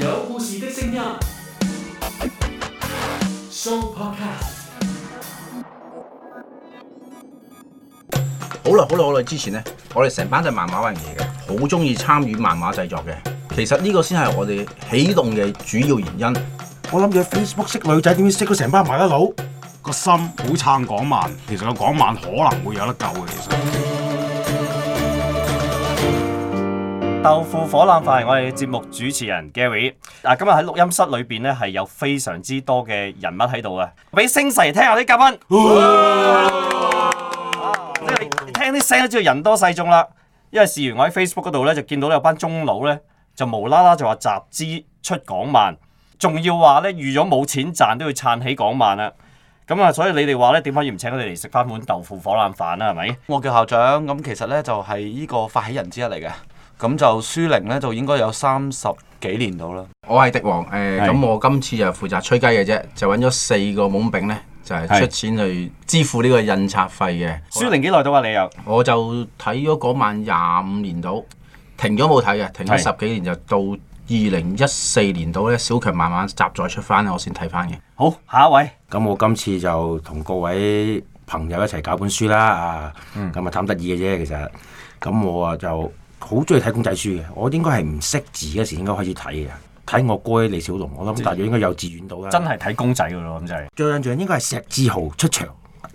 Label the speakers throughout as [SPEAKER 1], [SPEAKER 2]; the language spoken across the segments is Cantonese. [SPEAKER 1] 有故事的聲音，Show Podcast。
[SPEAKER 2] 好耐好耐好耐之前呢，我哋成班都係漫畫人嚟嘅，好中意參與漫畫製作嘅。其實呢個先係我哋起動嘅主要原因。
[SPEAKER 3] 我諗住喺 Facebook 識女仔，點知識到成班麻甩佬？
[SPEAKER 4] 個心好撐港漫，其實個港漫可能會有得救嘅。其實
[SPEAKER 5] 豆腐火腩飯，我哋節目主持人 Gary。嗱，今日喺錄音室裏邊咧，係有非常之多嘅人物喺度啊！俾聲勢嚟聽下啲嘉賓。啊即係你聽啲聲都知道人多勢眾啦。因為事完我喺 Facebook 嗰度咧，就見到有班中佬咧，就無啦啦就話集資出港漫，仲要話咧預咗冇錢賺都要撐起港漫啦。咁啊，所以你哋話咧，點解要唔請佢哋嚟食翻碗豆腐火腩飯啊啦？係咪？
[SPEAKER 6] 我叫校長，咁其實呢就係呢個發起人之一嚟嘅，咁就書齡呢，就應該有三十幾年到啦。
[SPEAKER 2] 我係迪王，誒、
[SPEAKER 5] 係
[SPEAKER 2] 咁我今次就負責吹雞嘅啫，就揾咗四個懵丙呢，就係、出
[SPEAKER 5] 係
[SPEAKER 2] 錢去支付呢個印刷費嘅。
[SPEAKER 5] 書齡幾耐到啊？你又？
[SPEAKER 2] 我就睇咗嗰晚廿五年到，停咗冇睇嘅，停咗
[SPEAKER 5] 係
[SPEAKER 2] 十幾年就到二零一四年到呢，小強慢慢集再出翻我先睇翻嘅。
[SPEAKER 5] 好，下一位。
[SPEAKER 7] 咁我今次就同各位朋友一齊搞本書啦啊，
[SPEAKER 4] 嗯
[SPEAKER 7] 咁啊貪得意嘅啫其實，咁我啊就好中意睇公仔書嘅，我應該係唔識字嗰時應該開始睇嘅，睇我哥李小龍，我諗大約應該幼稚園到啦。
[SPEAKER 5] 真係睇公仔噶咯，咁就係。
[SPEAKER 7] 最印象應該係石志豪出場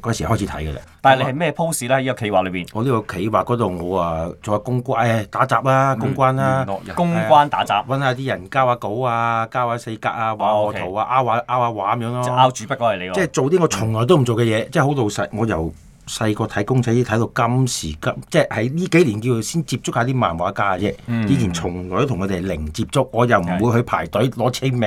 [SPEAKER 7] 嗰時開始睇嘅啦。
[SPEAKER 5] 但係你係咩 pose 咧？喺呢個企劃裏邊，
[SPEAKER 7] 我呢個企劃嗰度我啊做下公關，誒、打雜
[SPEAKER 4] 嗯
[SPEAKER 7] 啦，公關啦。
[SPEAKER 6] 啊
[SPEAKER 5] 公關打雜，
[SPEAKER 7] 揾下啲人交下稿啊，交下四格啊，
[SPEAKER 5] 哦
[SPEAKER 7] 畫
[SPEAKER 5] ，OK
[SPEAKER 7] 下圖啊，勾下勾下畫咁樣
[SPEAKER 5] 即係
[SPEAKER 7] 咯。
[SPEAKER 5] 拗住筆嗰係你喎。
[SPEAKER 7] 即係做啲我從來都唔做嘅嘢，即係好老實。我由細個睇公仔睇到今時今，即係喺呢幾年叫做先接觸下啲漫畫家嘅啫。
[SPEAKER 5] 嗯
[SPEAKER 7] 以前從來都同佢哋零接觸，我又唔會去排隊攞簽名、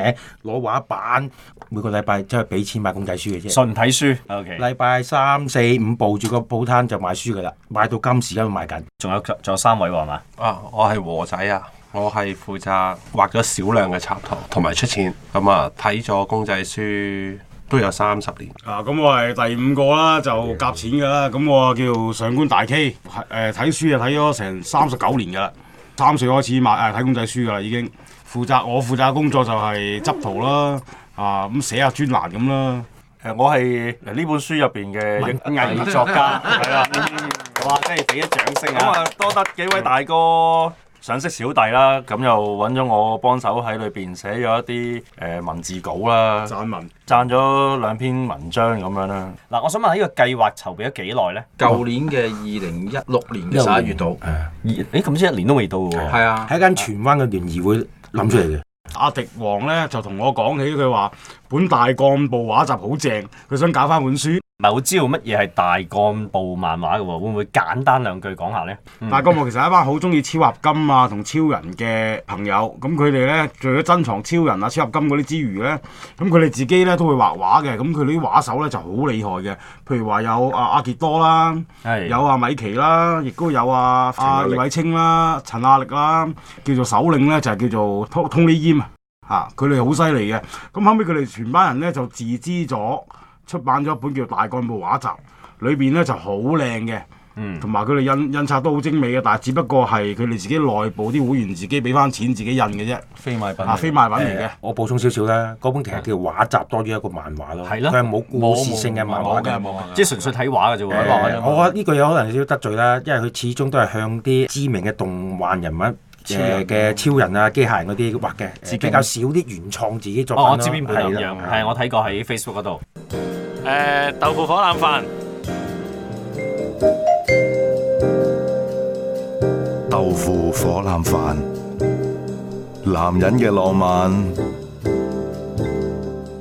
[SPEAKER 7] 攞畫板，每個禮拜即係俾錢買公仔書嘅啫。
[SPEAKER 5] 純睇書。O K，
[SPEAKER 7] 禮拜三四五抱住個報攤就買書㗎啦，買到今時今日買緊。
[SPEAKER 5] 仲有仲有三位喎，係嘛？
[SPEAKER 8] 啊，我係和仔啊，我係負責畫咗少量嘅插圖，同埋出錢。咁啊，睇咗公仔書都有三十年。
[SPEAKER 4] 啊，咁我係第五個啦，就夾錢㗎啦。咁我叫上官大 K，係誒睇書就睇咗成三十九年㗎啦。三歲開始買誒睇公仔書㗎啦，已經負責我負責嘅工作就係執圖啦，啊咁寫下專欄咁啦。
[SPEAKER 9] 誒，我係呢本書入邊嘅
[SPEAKER 5] 藝術作 家係啦，哇！真係俾啲掌聲
[SPEAKER 9] 咁
[SPEAKER 5] 啊！
[SPEAKER 9] 啊，多得幾位大哥賞識小弟啦，咁又揾咗我幫手喺裏邊寫咗一啲誒、呃文字稿啦，
[SPEAKER 4] 撰文
[SPEAKER 9] 贊咗兩篇文章咁樣啦。
[SPEAKER 5] 嗱，我想問下呢個計劃籌備咗幾耐咧？
[SPEAKER 2] 舊年嘅二零一六年嘅十一月度，
[SPEAKER 5] 咦，咁先一年都未到喎。
[SPEAKER 2] 係啊，
[SPEAKER 7] 喺間荃灣嘅聯誼會諗出嚟嘅。
[SPEAKER 4] 阿迪王咧就同我講起，佢話本大幹部畫集好正，佢想搞翻本書。
[SPEAKER 5] 唔係好知道乜嘢係大幹部漫畫嘅喎，會唔會簡單兩句講下咧？
[SPEAKER 4] 但係個幕其實係一班好中意超合金啊同超人嘅朋友，咁佢哋咧除咗珍藏超人啊、超合金嗰啲之餘咧，咁佢哋自己咧都會畫畫嘅，咁佢哋啲畫手咧就好厲害嘅，譬如話有啊阿傑多啦，
[SPEAKER 5] 係
[SPEAKER 4] 有啊米奇啦，亦都有啊阿葉偉清啦、陳亞力啦，叫做首領咧就係、叫做 To- Tony Yim 啊啊，佢哋好犀利嘅，咁後尾佢哋全班人咧就自資咗出版咗一本叫《大幹部畫集》，裏邊咧就好靚嘅。同埋佢哋印印刷都好精美嘅，但係只不過係佢哋自己內部啲會員自己俾翻錢自己印嘅啫，
[SPEAKER 6] 非賣品
[SPEAKER 4] 啊非賣品嚟嘅。
[SPEAKER 7] 我補充少少啦，嗰本其實叫畫集多於一個漫畫咯，
[SPEAKER 5] 嗯係
[SPEAKER 7] 佢
[SPEAKER 5] 咯
[SPEAKER 7] 係冇故事性嘅漫畫嘅。
[SPEAKER 5] 即係純粹睇畫嘅啫
[SPEAKER 7] 誒
[SPEAKER 5] 喎。
[SPEAKER 7] 我覺得呢句有可能有少少得罪啦，因為佢始終都係向啲知名嘅動漫人物誒嘅超人啊、機械人嗰啲畫嘅，誒比較少啲原創自己作品
[SPEAKER 5] 哦，
[SPEAKER 7] 咯
[SPEAKER 5] 我知邊
[SPEAKER 9] 啊
[SPEAKER 5] 本咁
[SPEAKER 7] 係
[SPEAKER 5] 樣，
[SPEAKER 7] 啦
[SPEAKER 5] 啊係我睇過喺 Facebook 嗰度。
[SPEAKER 9] 誒，豆腐火腩飯，
[SPEAKER 10] 豆腐火腩飯，男人嘅浪漫，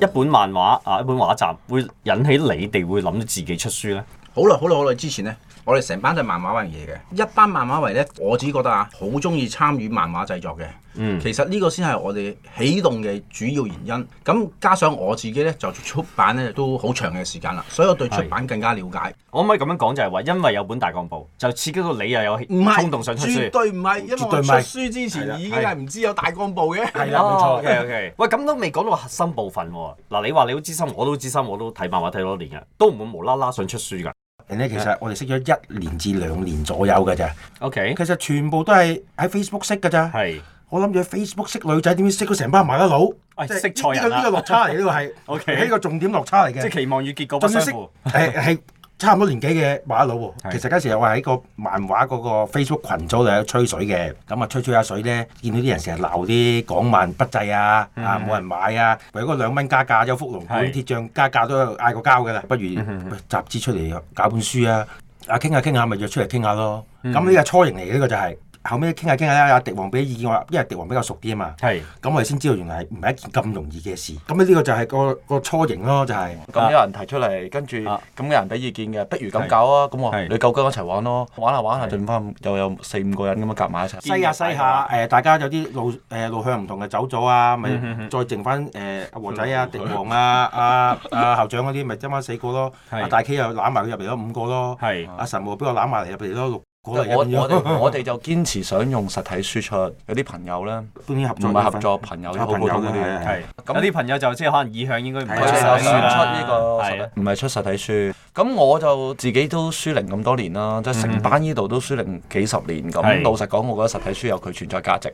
[SPEAKER 5] 一本漫畫啊，一本畫集會引起你哋會諗到自己出書咧？
[SPEAKER 2] 好耐好耐好耐之前呢，我哋成班都係漫畫人嚟嘅。一班漫畫人呢，我自己覺得啊，好中意參與漫畫製作嘅。
[SPEAKER 5] 嗯
[SPEAKER 2] 其實呢個先係我哋起動嘅主要原因。咁加上我自己呢，就出版呢都好長嘅時間啦，所以我對出版更加了解。
[SPEAKER 5] 我可唔可以咁樣講就係話，因為有本大幹部，就刺激到你又有衝動想出
[SPEAKER 2] 絕
[SPEAKER 5] 書。
[SPEAKER 2] 對唔係，因為
[SPEAKER 7] 絕
[SPEAKER 2] 我
[SPEAKER 7] 對唔
[SPEAKER 2] 出
[SPEAKER 7] 係
[SPEAKER 2] 書之前已經係唔知有大幹部嘅。
[SPEAKER 7] 係啦，
[SPEAKER 6] 哦
[SPEAKER 7] 冇錯
[SPEAKER 5] O K O K，喂，咁都未講到核心部分喎。嗱，你話你好資深，我都資深，我都睇漫畫睇多年嘅，都唔會無啦啦想出書㗎。
[SPEAKER 7] 人咧其實我哋識咗一年至兩年左右嘅咋，
[SPEAKER 5] O K，
[SPEAKER 7] 其實全部都係喺 Facebook 識嘅咋，
[SPEAKER 5] 係
[SPEAKER 7] 我諗住喺 Facebook 識女仔，點知識咗成班麻甩佬？
[SPEAKER 5] 哎
[SPEAKER 7] 即係
[SPEAKER 5] 識錯人
[SPEAKER 7] 呢個
[SPEAKER 5] 啦
[SPEAKER 7] 呢個落差嚟，呢個係
[SPEAKER 5] OK
[SPEAKER 7] 呢個重點落差嚟嘅。
[SPEAKER 5] 即係期望與結果不
[SPEAKER 7] 仲要識
[SPEAKER 5] 相符。
[SPEAKER 7] 係係差唔多年紀嘅畫佬喎。
[SPEAKER 5] 係
[SPEAKER 7] 其實嗰時我喺個漫畫嗰個 Facebook 群組度有吹水嘅，咁啊吹吹下水咧，見到啲人成日鬧啲港漫不濟啊，
[SPEAKER 5] 嗯
[SPEAKER 7] 啊冇人買啊，為嗰兩蚊加價，邱福龍本
[SPEAKER 5] 係
[SPEAKER 7] 鐵匠加價都有嗌過交㗎啦，不如
[SPEAKER 5] 嗯
[SPEAKER 7] 喂集資出嚟搞本書啊！啊傾下傾下咪約出嚟傾下咯。
[SPEAKER 5] 嗯
[SPEAKER 7] 咁呢個初型嚟嘅呢個就係、後尾傾下傾下咧，阿迪王俾意見我啦，因為迪王比較熟啲啊嘛。
[SPEAKER 5] 係
[SPEAKER 7] 咁我哋先知道原來係唔係一件咁容易嘅事。咁呢個就係個個初型咯，就係、
[SPEAKER 6] 咁有人提出嚟，跟住
[SPEAKER 5] 啊
[SPEAKER 6] 咁有人俾意見嘅，不如咁搞啊！咁我話
[SPEAKER 5] 係
[SPEAKER 6] 你夠姜一齊玩咯，玩下玩下，盡翻又有四五個人咁樣啊夾埋一齊。
[SPEAKER 7] 西下西下，誒大家有啲路誒路向唔同嘅走咗啊，咪再剩翻誒阿和仔啊、迪王 啊、阿阿校長嗰啲，咪爭翻四個咯。
[SPEAKER 5] 係
[SPEAKER 7] 阿大 K 又攬埋佢入嚟咯，五個咯。
[SPEAKER 5] 係
[SPEAKER 6] 啊
[SPEAKER 7] 阿神冇俾我攬埋嚟入嚟咯，六個嚟
[SPEAKER 6] 我
[SPEAKER 7] 咁
[SPEAKER 6] 我哋
[SPEAKER 7] 樣。
[SPEAKER 6] 我哋就堅持想用實體輸出，有啲朋友咧唔
[SPEAKER 7] 當然合作
[SPEAKER 6] 係合作朋友，好
[SPEAKER 7] 合作
[SPEAKER 6] 普
[SPEAKER 7] 朋友
[SPEAKER 6] 通
[SPEAKER 7] 嘅啊
[SPEAKER 6] 嗰啲，
[SPEAKER 7] 係
[SPEAKER 5] 係
[SPEAKER 7] 係。
[SPEAKER 5] 咁有啲朋友就即係可能意向應該唔
[SPEAKER 6] 佢哋就
[SPEAKER 5] 係想
[SPEAKER 6] 算啊出呢個
[SPEAKER 7] 啊
[SPEAKER 6] 實
[SPEAKER 5] 係
[SPEAKER 6] 體唔係出實體書。咁我就自己都輸零咁多年啦，
[SPEAKER 7] 嗯
[SPEAKER 6] 即係成班呢度都輸零幾十年
[SPEAKER 5] 係
[SPEAKER 6] 咁。老實講，我覺得實體書有佢存在價值。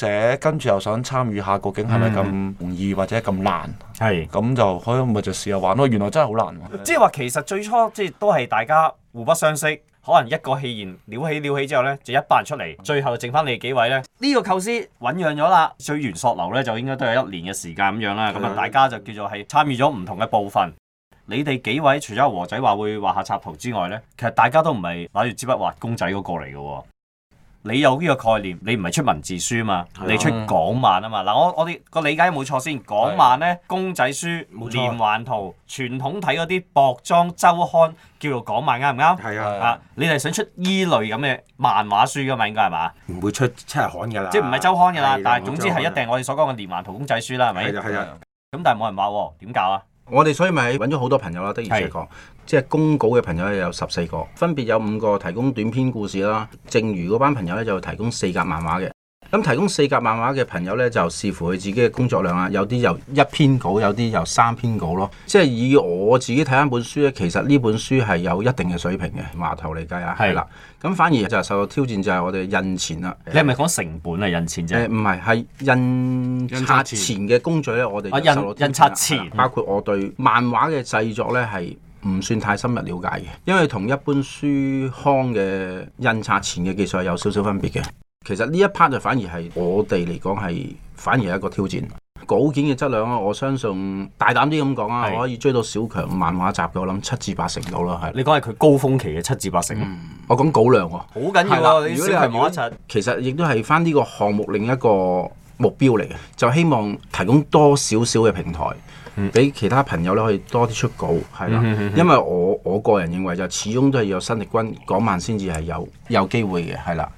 [SPEAKER 6] 者跟住又想參與下，究竟係咪
[SPEAKER 7] 嗯
[SPEAKER 6] 咁容易或者咁難？
[SPEAKER 5] 係。
[SPEAKER 6] 咁就可以咪就試下玩咯。原來真係好難喎。
[SPEAKER 5] 即係話其實最初即係都係大家互不相識，可能一個戲言撩起撩起之後咧，就一班人出嚟，最後剩翻你哋幾位咧。呢、個構思醖釀咗啦，最原索流咧就應該都有一年嘅時間咁樣啦。咁啊，大家就叫做係參與咗唔同嘅部分。你哋幾位除咗阿和仔話會畫下插圖之外咧，其實大家都唔係攞住支筆畫公仔嗰個嚟嘅喎。你有呢個概念，你唔係出文字書嘛，你出港漫啊嘛。嗱，我我哋個理解有冇錯先？港漫咧，公仔書、
[SPEAKER 7] 冇錯
[SPEAKER 5] 連環圖、傳統睇嗰啲薄裝周刊叫做港漫，啱唔啱？
[SPEAKER 7] 係啊，
[SPEAKER 5] 啊，你哋想出依類咁嘅漫畫書噶嘛？應該係嘛？
[SPEAKER 7] 唔會出七日刊㗎啦。
[SPEAKER 5] 即係唔係周刊㗎啦
[SPEAKER 7] 係，
[SPEAKER 5] 但啊係總之係一。
[SPEAKER 7] 冇
[SPEAKER 5] 定我哋所講嘅連環圖公仔書啦，係咪？
[SPEAKER 7] 周刊係啊係啊，
[SPEAKER 5] 咁但係冇人畫喎，點搞啊？
[SPEAKER 2] 我哋所以咪揾咗好多朋友啦，的而且確，即係公稿嘅朋友咧有十四個，分別有五個提供短篇故事啦，剩餘嗰班朋友咧就提供四格漫畫嘅。咁提供四格漫畫嘅朋友咧，就視乎佢自己嘅工作量啊，有啲由一篇稿，有啲由三篇稿咯。即係以我自己睇翻本書咧，其實呢本書係有一定嘅水平嘅，話頭嚟計啊，
[SPEAKER 5] 係
[SPEAKER 2] 係啦。咁反而就受到挑戰就係我哋印錢啦。
[SPEAKER 5] 你係咪講成本啊？印錢啫
[SPEAKER 2] 誒？唔係，係印刷前嘅工序咧，我哋
[SPEAKER 5] 啊
[SPEAKER 2] 就
[SPEAKER 5] 印
[SPEAKER 2] 受到挑戰啦
[SPEAKER 5] 印刷前
[SPEAKER 2] 包括我對漫畫嘅製作咧係唔算太深入了解嘅，因為同一般書刊嘅印刷前嘅技術係有少少分別嘅。其實呢一 part 就反而係我哋嚟講係反而係一個挑戰。稿件嘅質量啊，我相信大膽啲咁講啊，
[SPEAKER 5] 係
[SPEAKER 2] 我可以追到小強漫畫集嘅，我諗七至八成到啦，係。
[SPEAKER 5] 你講係佢高峰期嘅七至八成，啊
[SPEAKER 2] 我講稿量喎、
[SPEAKER 5] 嗯好緊
[SPEAKER 2] 係
[SPEAKER 5] 要
[SPEAKER 2] 啦
[SPEAKER 5] 啊！你
[SPEAKER 2] 如果你
[SPEAKER 5] 小強
[SPEAKER 2] 係
[SPEAKER 5] 冇一齊，
[SPEAKER 2] 其實亦都係翻呢個項目另一個目標嚟嘅，就希望提供多少少嘅平台，俾、其他朋友咧可以多啲出稿，係啦。因為我我個人認為就始終都係有新力軍港漫先至係有有機會嘅，係啦。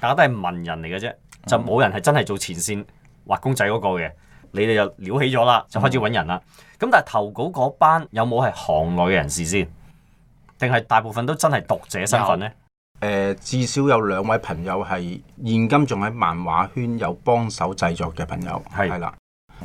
[SPEAKER 5] 大家都係文人嚟嘅啫，就冇人係真係做前線畫公仔嗰個嘅。你哋就撩起咗啦，就開始揾人啦。咁、但係投稿嗰班有冇係行內嘅人士先？定係大部分都真係讀者身份呢？
[SPEAKER 2] 誒、至少有兩位朋友係現今仲喺漫畫圈有幫手製作嘅朋友，
[SPEAKER 5] 係
[SPEAKER 2] 係啦。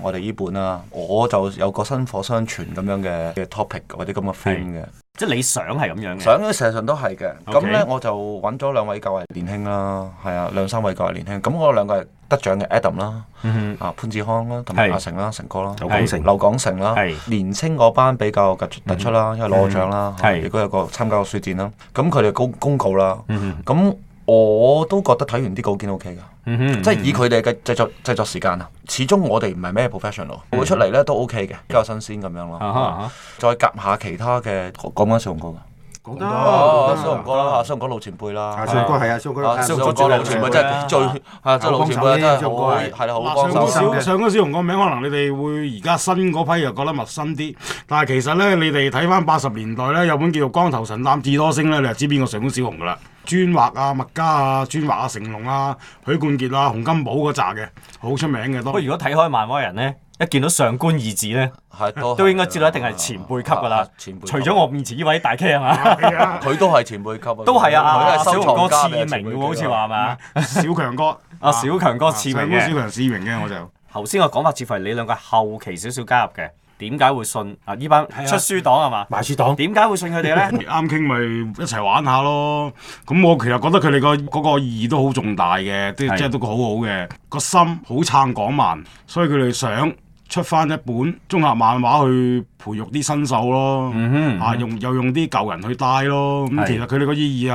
[SPEAKER 6] 我哋呢本啦、我就有個薪火相傳咁樣嘅嘅 topic 或者咁嘅 theme 嘅，
[SPEAKER 5] 即係你想係咁樣嘅。
[SPEAKER 6] 想咧事實上都係嘅。咁
[SPEAKER 5] OK
[SPEAKER 6] 咧我就揾咗兩位較為年輕啦，係啊兩三位較為年輕。咁我兩個係得獎嘅 Adam 啦，
[SPEAKER 5] 嗯
[SPEAKER 6] 啊潘志康啦，同埋
[SPEAKER 5] 係
[SPEAKER 6] 阿成啦，成哥啦，
[SPEAKER 7] 錯劉廣成
[SPEAKER 6] 劉廣成啦
[SPEAKER 5] 係，嗯
[SPEAKER 6] 年青嗰班比較突出突出啦，因為攞咗獎啦，
[SPEAKER 5] 係
[SPEAKER 6] 亦都有個參加過書展啦。咁佢哋公公告啦，咁我都覺得睇完啲稿件 OK 㗎。
[SPEAKER 5] 嗯哼
[SPEAKER 6] 即係以佢哋嘅製作製作時間啊，始終我哋唔係咩 professional，會出嚟咧都 OK 嘅，比較新鮮咁樣
[SPEAKER 5] 嗯啊哈啊
[SPEAKER 6] 咯
[SPEAKER 5] 哈。
[SPEAKER 6] 再夾下其他嘅講講緊小紅哥㗎，
[SPEAKER 7] 講得
[SPEAKER 6] 哦，小紅哥啦，小紅哥老前輩啦，
[SPEAKER 7] 啊，宋哥係啊，宋哥
[SPEAKER 6] 啊小紅哥老前輩真係最啊，即係老前輩真係好係啦，好
[SPEAKER 4] 嗱，上
[SPEAKER 6] 幫
[SPEAKER 4] 高
[SPEAKER 6] 手。
[SPEAKER 4] 小上高小紅個名，可能你哋會而家新嗰批又覺得陌生啲，但係其實咧，你哋睇翻八十年代咧，有本叫做《光頭神探智多星》咧，你就知邊個上高小紅噶啦。專畫啊、麥嘉啊、專畫啊、成龍啊、許冠傑啊、洪金寶嗰扎嘅，好出名嘅。
[SPEAKER 5] 不
[SPEAKER 4] 當
[SPEAKER 5] 過 如果睇開漫威人呢，一見到上官二字 呢，
[SPEAKER 6] 係都
[SPEAKER 5] 都應該知道一定係前輩級㗎啦
[SPEAKER 6] 啊。前輩級
[SPEAKER 5] 除咗我面前呢位大 K 係嘛，
[SPEAKER 4] 係啊，
[SPEAKER 6] 佢都係前輩級啊，
[SPEAKER 5] 都係啊，
[SPEAKER 6] 佢
[SPEAKER 5] 啊
[SPEAKER 6] 係
[SPEAKER 5] 小
[SPEAKER 6] 收
[SPEAKER 5] 強
[SPEAKER 6] 藏
[SPEAKER 5] 哥嗯
[SPEAKER 6] 家
[SPEAKER 5] 賜
[SPEAKER 6] 嘅前
[SPEAKER 5] 名
[SPEAKER 6] 輩
[SPEAKER 5] 嘅
[SPEAKER 6] 級
[SPEAKER 5] 喎好似話係嘛？
[SPEAKER 4] 小強哥
[SPEAKER 5] 啊小強哥
[SPEAKER 4] 啊
[SPEAKER 5] 賜
[SPEAKER 4] 上
[SPEAKER 5] 名
[SPEAKER 4] 高
[SPEAKER 5] 嘅
[SPEAKER 4] 小強賜名嘅我就
[SPEAKER 5] 頭先個講法似乎係你兩個後期少少加入嘅，點解會信啊？呢班出書黨係嘛？
[SPEAKER 3] 埋書黨
[SPEAKER 5] 點解會信佢哋咧？
[SPEAKER 4] 啱傾咪一齊玩下咯。咁我其實覺得佢哋個嗰個意義都好重大嘅，即
[SPEAKER 5] 係
[SPEAKER 4] 即係都好好嘅。個心好撐港漫，所以佢哋想出翻一本綜合漫畫去培育啲新手咯。
[SPEAKER 5] 嗯
[SPEAKER 4] 啊，用又用啲舊人去帶咯。咁
[SPEAKER 5] 係
[SPEAKER 4] 其實佢哋個意義係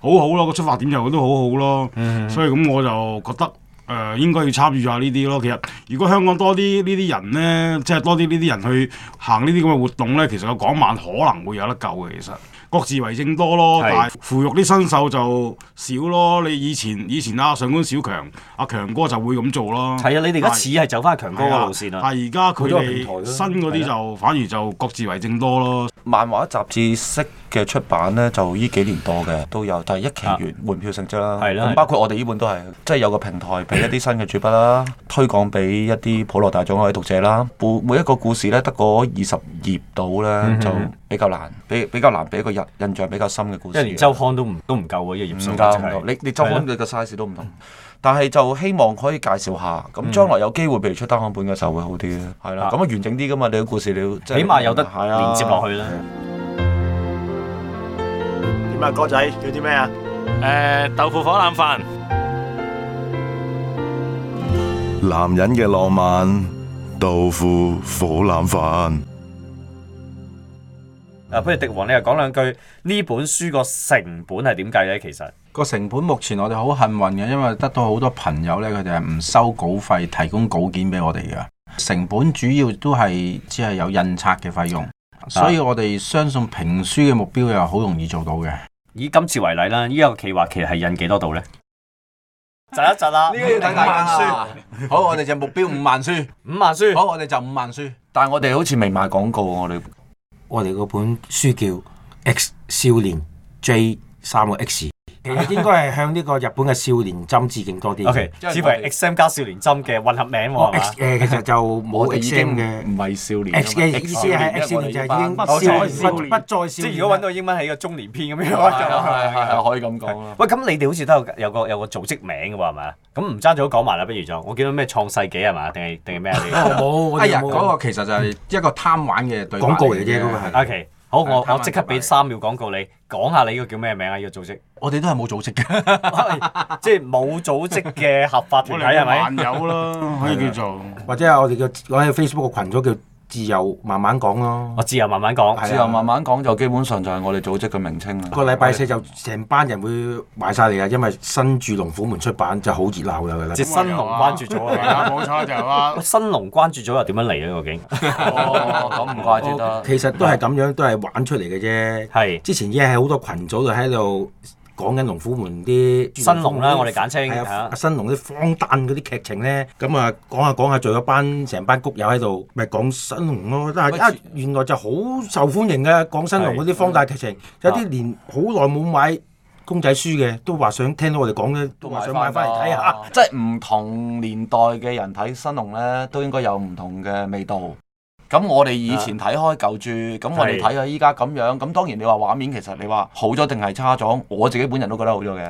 [SPEAKER 4] 好好好咯，個出發點就都好好咯。
[SPEAKER 5] 嗯
[SPEAKER 4] 所以咁我就覺得。誒、應該要參與下呢啲咯。其實如果香港多啲呢啲人咧，即係多啲呢啲人去行呢啲咁嘅活動咧，其實個港漫可能會有得救嘅。其實各自為政多咯，
[SPEAKER 5] 係
[SPEAKER 4] 但係扶育啲新手就少咯。你以前以前啊上官小強阿強哥就會咁做 咯。
[SPEAKER 5] 係啊，你哋而家似係走翻強哥嘅路線啊
[SPEAKER 4] 係
[SPEAKER 6] 啊
[SPEAKER 5] 啦。
[SPEAKER 4] 啊但係而家佢
[SPEAKER 3] 好多平台
[SPEAKER 4] 哋
[SPEAKER 3] 咯
[SPEAKER 4] 新嗰啲就反而就各自為政多咯。
[SPEAKER 6] 漫畫雜誌式嘅出版呢，就呢幾年多嘅都有，但係一期完門票性質啦。
[SPEAKER 5] 啊係啦係啦
[SPEAKER 6] 咁包括我哋呢本都係，即係有個平台俾一啲新嘅主筆 啦，推廣俾一啲普羅大眾嘅讀者啦。每每一個故事呢，得嗰二十頁度
[SPEAKER 5] 嗯
[SPEAKER 6] 呢，就比較難，比比較難俾一個印印象比較深嘅故事
[SPEAKER 5] 一。年周刊都唔都唔夠喎，一頁數
[SPEAKER 6] 唔
[SPEAKER 5] 真
[SPEAKER 6] 夠唔
[SPEAKER 5] 係
[SPEAKER 6] 夠，你你周刊你個 size 都唔同，但係就希望可以介紹下，咁將來有機會譬如出單行本嘅時候會好啲啦，係啦，
[SPEAKER 5] 嗯啊
[SPEAKER 6] 咁啊完整啲噶嘛，你個故事你要即係
[SPEAKER 5] 起碼有得
[SPEAKER 6] 係啊
[SPEAKER 5] 連接落去啦。
[SPEAKER 11] 點啊，哥仔叫啲咩啊？
[SPEAKER 9] 誒豆腐火腩飯。
[SPEAKER 10] 男人嘅浪漫，豆腐火腩飯。
[SPEAKER 5] 啊，不如迪王你又講兩句呢本書個成本係點計咧？其實
[SPEAKER 2] 個成本目前我哋好幸運嘅，因為得到好多朋友呢，佢哋係唔收稿費，提供稿件俾我哋嘅。成本主要都係只係有印刷嘅費用，
[SPEAKER 7] 啊
[SPEAKER 2] 所以我哋相信評書嘅目標又好容易做到 嘅。
[SPEAKER 5] 以今次為例啦，呢、一個企劃期係印幾多度咧？窒一窒啊啦，呢個
[SPEAKER 2] 要睇大家書。好，我哋就目標五萬書。
[SPEAKER 5] 五萬書。
[SPEAKER 2] 好，我哋就五萬書。
[SPEAKER 6] 但係我哋好似未賣廣告喎，我哋
[SPEAKER 7] 我哋嗰本書叫《X 少年 J 三個 X》，其實應該係向呢個日本嘅少年針致敬多啲。
[SPEAKER 5] O K，似乎係 XM 加少年針嘅混合名喎，哦
[SPEAKER 7] 哦
[SPEAKER 5] 係嘛
[SPEAKER 7] X 誒其實就冇
[SPEAKER 6] 我哋已
[SPEAKER 7] X
[SPEAKER 6] 經
[SPEAKER 7] M 嘅
[SPEAKER 6] 唔係少年啊嘛
[SPEAKER 7] X 嘅意思係 X 少年就係已經
[SPEAKER 6] 不
[SPEAKER 7] 少
[SPEAKER 5] 再
[SPEAKER 7] 年不不再少
[SPEAKER 5] 即
[SPEAKER 7] 年啦。
[SPEAKER 5] 係如果揾到英文起個中年篇咁樣。
[SPEAKER 6] 係啊係啊係啊，可以咁講啦。
[SPEAKER 5] 喂，咁你哋好似都有有個有個組織名嘅喎，係嘛？咁唔爭早講埋啦，不如就我見到咩創世紀係嘛？定係定係咩啊？你
[SPEAKER 7] 哦 冇，我
[SPEAKER 2] 哎
[SPEAKER 7] 哋
[SPEAKER 2] 呀，
[SPEAKER 7] 冇
[SPEAKER 2] 嗰個其實就係一個貪玩嘅對白
[SPEAKER 7] 廣告嚟嘅啫嗰個係
[SPEAKER 5] O K，好，我
[SPEAKER 2] 係貪
[SPEAKER 5] 我
[SPEAKER 2] 玩
[SPEAKER 5] 即刻俾
[SPEAKER 2] 貪玩
[SPEAKER 5] 三秒廣告你，講下你呢個叫咩名啊？呢個組織。
[SPEAKER 2] 我哋都係冇組織 嘅。
[SPEAKER 5] 即係冇組織嘅合法
[SPEAKER 4] 我
[SPEAKER 5] 團體
[SPEAKER 4] 哋
[SPEAKER 5] 係
[SPEAKER 4] 嘅
[SPEAKER 5] 咪？
[SPEAKER 4] 漫友啦，可以 叫做。
[SPEAKER 7] 或者係我哋嘅我喺 Facebook 個群組叫自由慢慢講咯。
[SPEAKER 5] 我自由慢慢講。
[SPEAKER 4] 啊
[SPEAKER 6] 之後慢慢講就基本上就係我哋組織嘅名稱啦。
[SPEAKER 7] 啊個禮拜四就成班人會買晒你啊，因為新住龍虎門出版就好熱鬧啦，
[SPEAKER 5] 即係新龍關注組係
[SPEAKER 4] 係
[SPEAKER 5] 咪
[SPEAKER 4] 啊，冇錯就係話
[SPEAKER 5] 喂新龍關注組又點樣嚟咧？究竟
[SPEAKER 6] 哦，咁唔怪之得。
[SPEAKER 7] 其實都係咁樣，都係玩出嚟嘅啫。
[SPEAKER 5] 係
[SPEAKER 7] 之前已經係好多群組就喺度講緊龍虎門啲
[SPEAKER 5] 新龍啦我哋簡稱
[SPEAKER 7] 係啊
[SPEAKER 5] 嚇
[SPEAKER 7] 新龍啲荒誕嗰啲劇情咧，咁啊講下講下，仲有班成班谷友喺度，咪講新龍咯。但係啊，原來就好受歡迎嘅，講新龍嗰啲荒誕劇情，有啲連好耐冇買公仔書嘅，都話想聽到我哋講嘅，都話想買翻嚟睇下。，
[SPEAKER 5] 啊
[SPEAKER 6] 即係唔同年代嘅人睇新龍咧，都應該有唔同嘅味道。咁我哋以前睇開舊著，咁我哋睇下依家咁樣，咁當然你話畫面其實你話好咗定係差咗，我自己本人都覺得好咗嘅。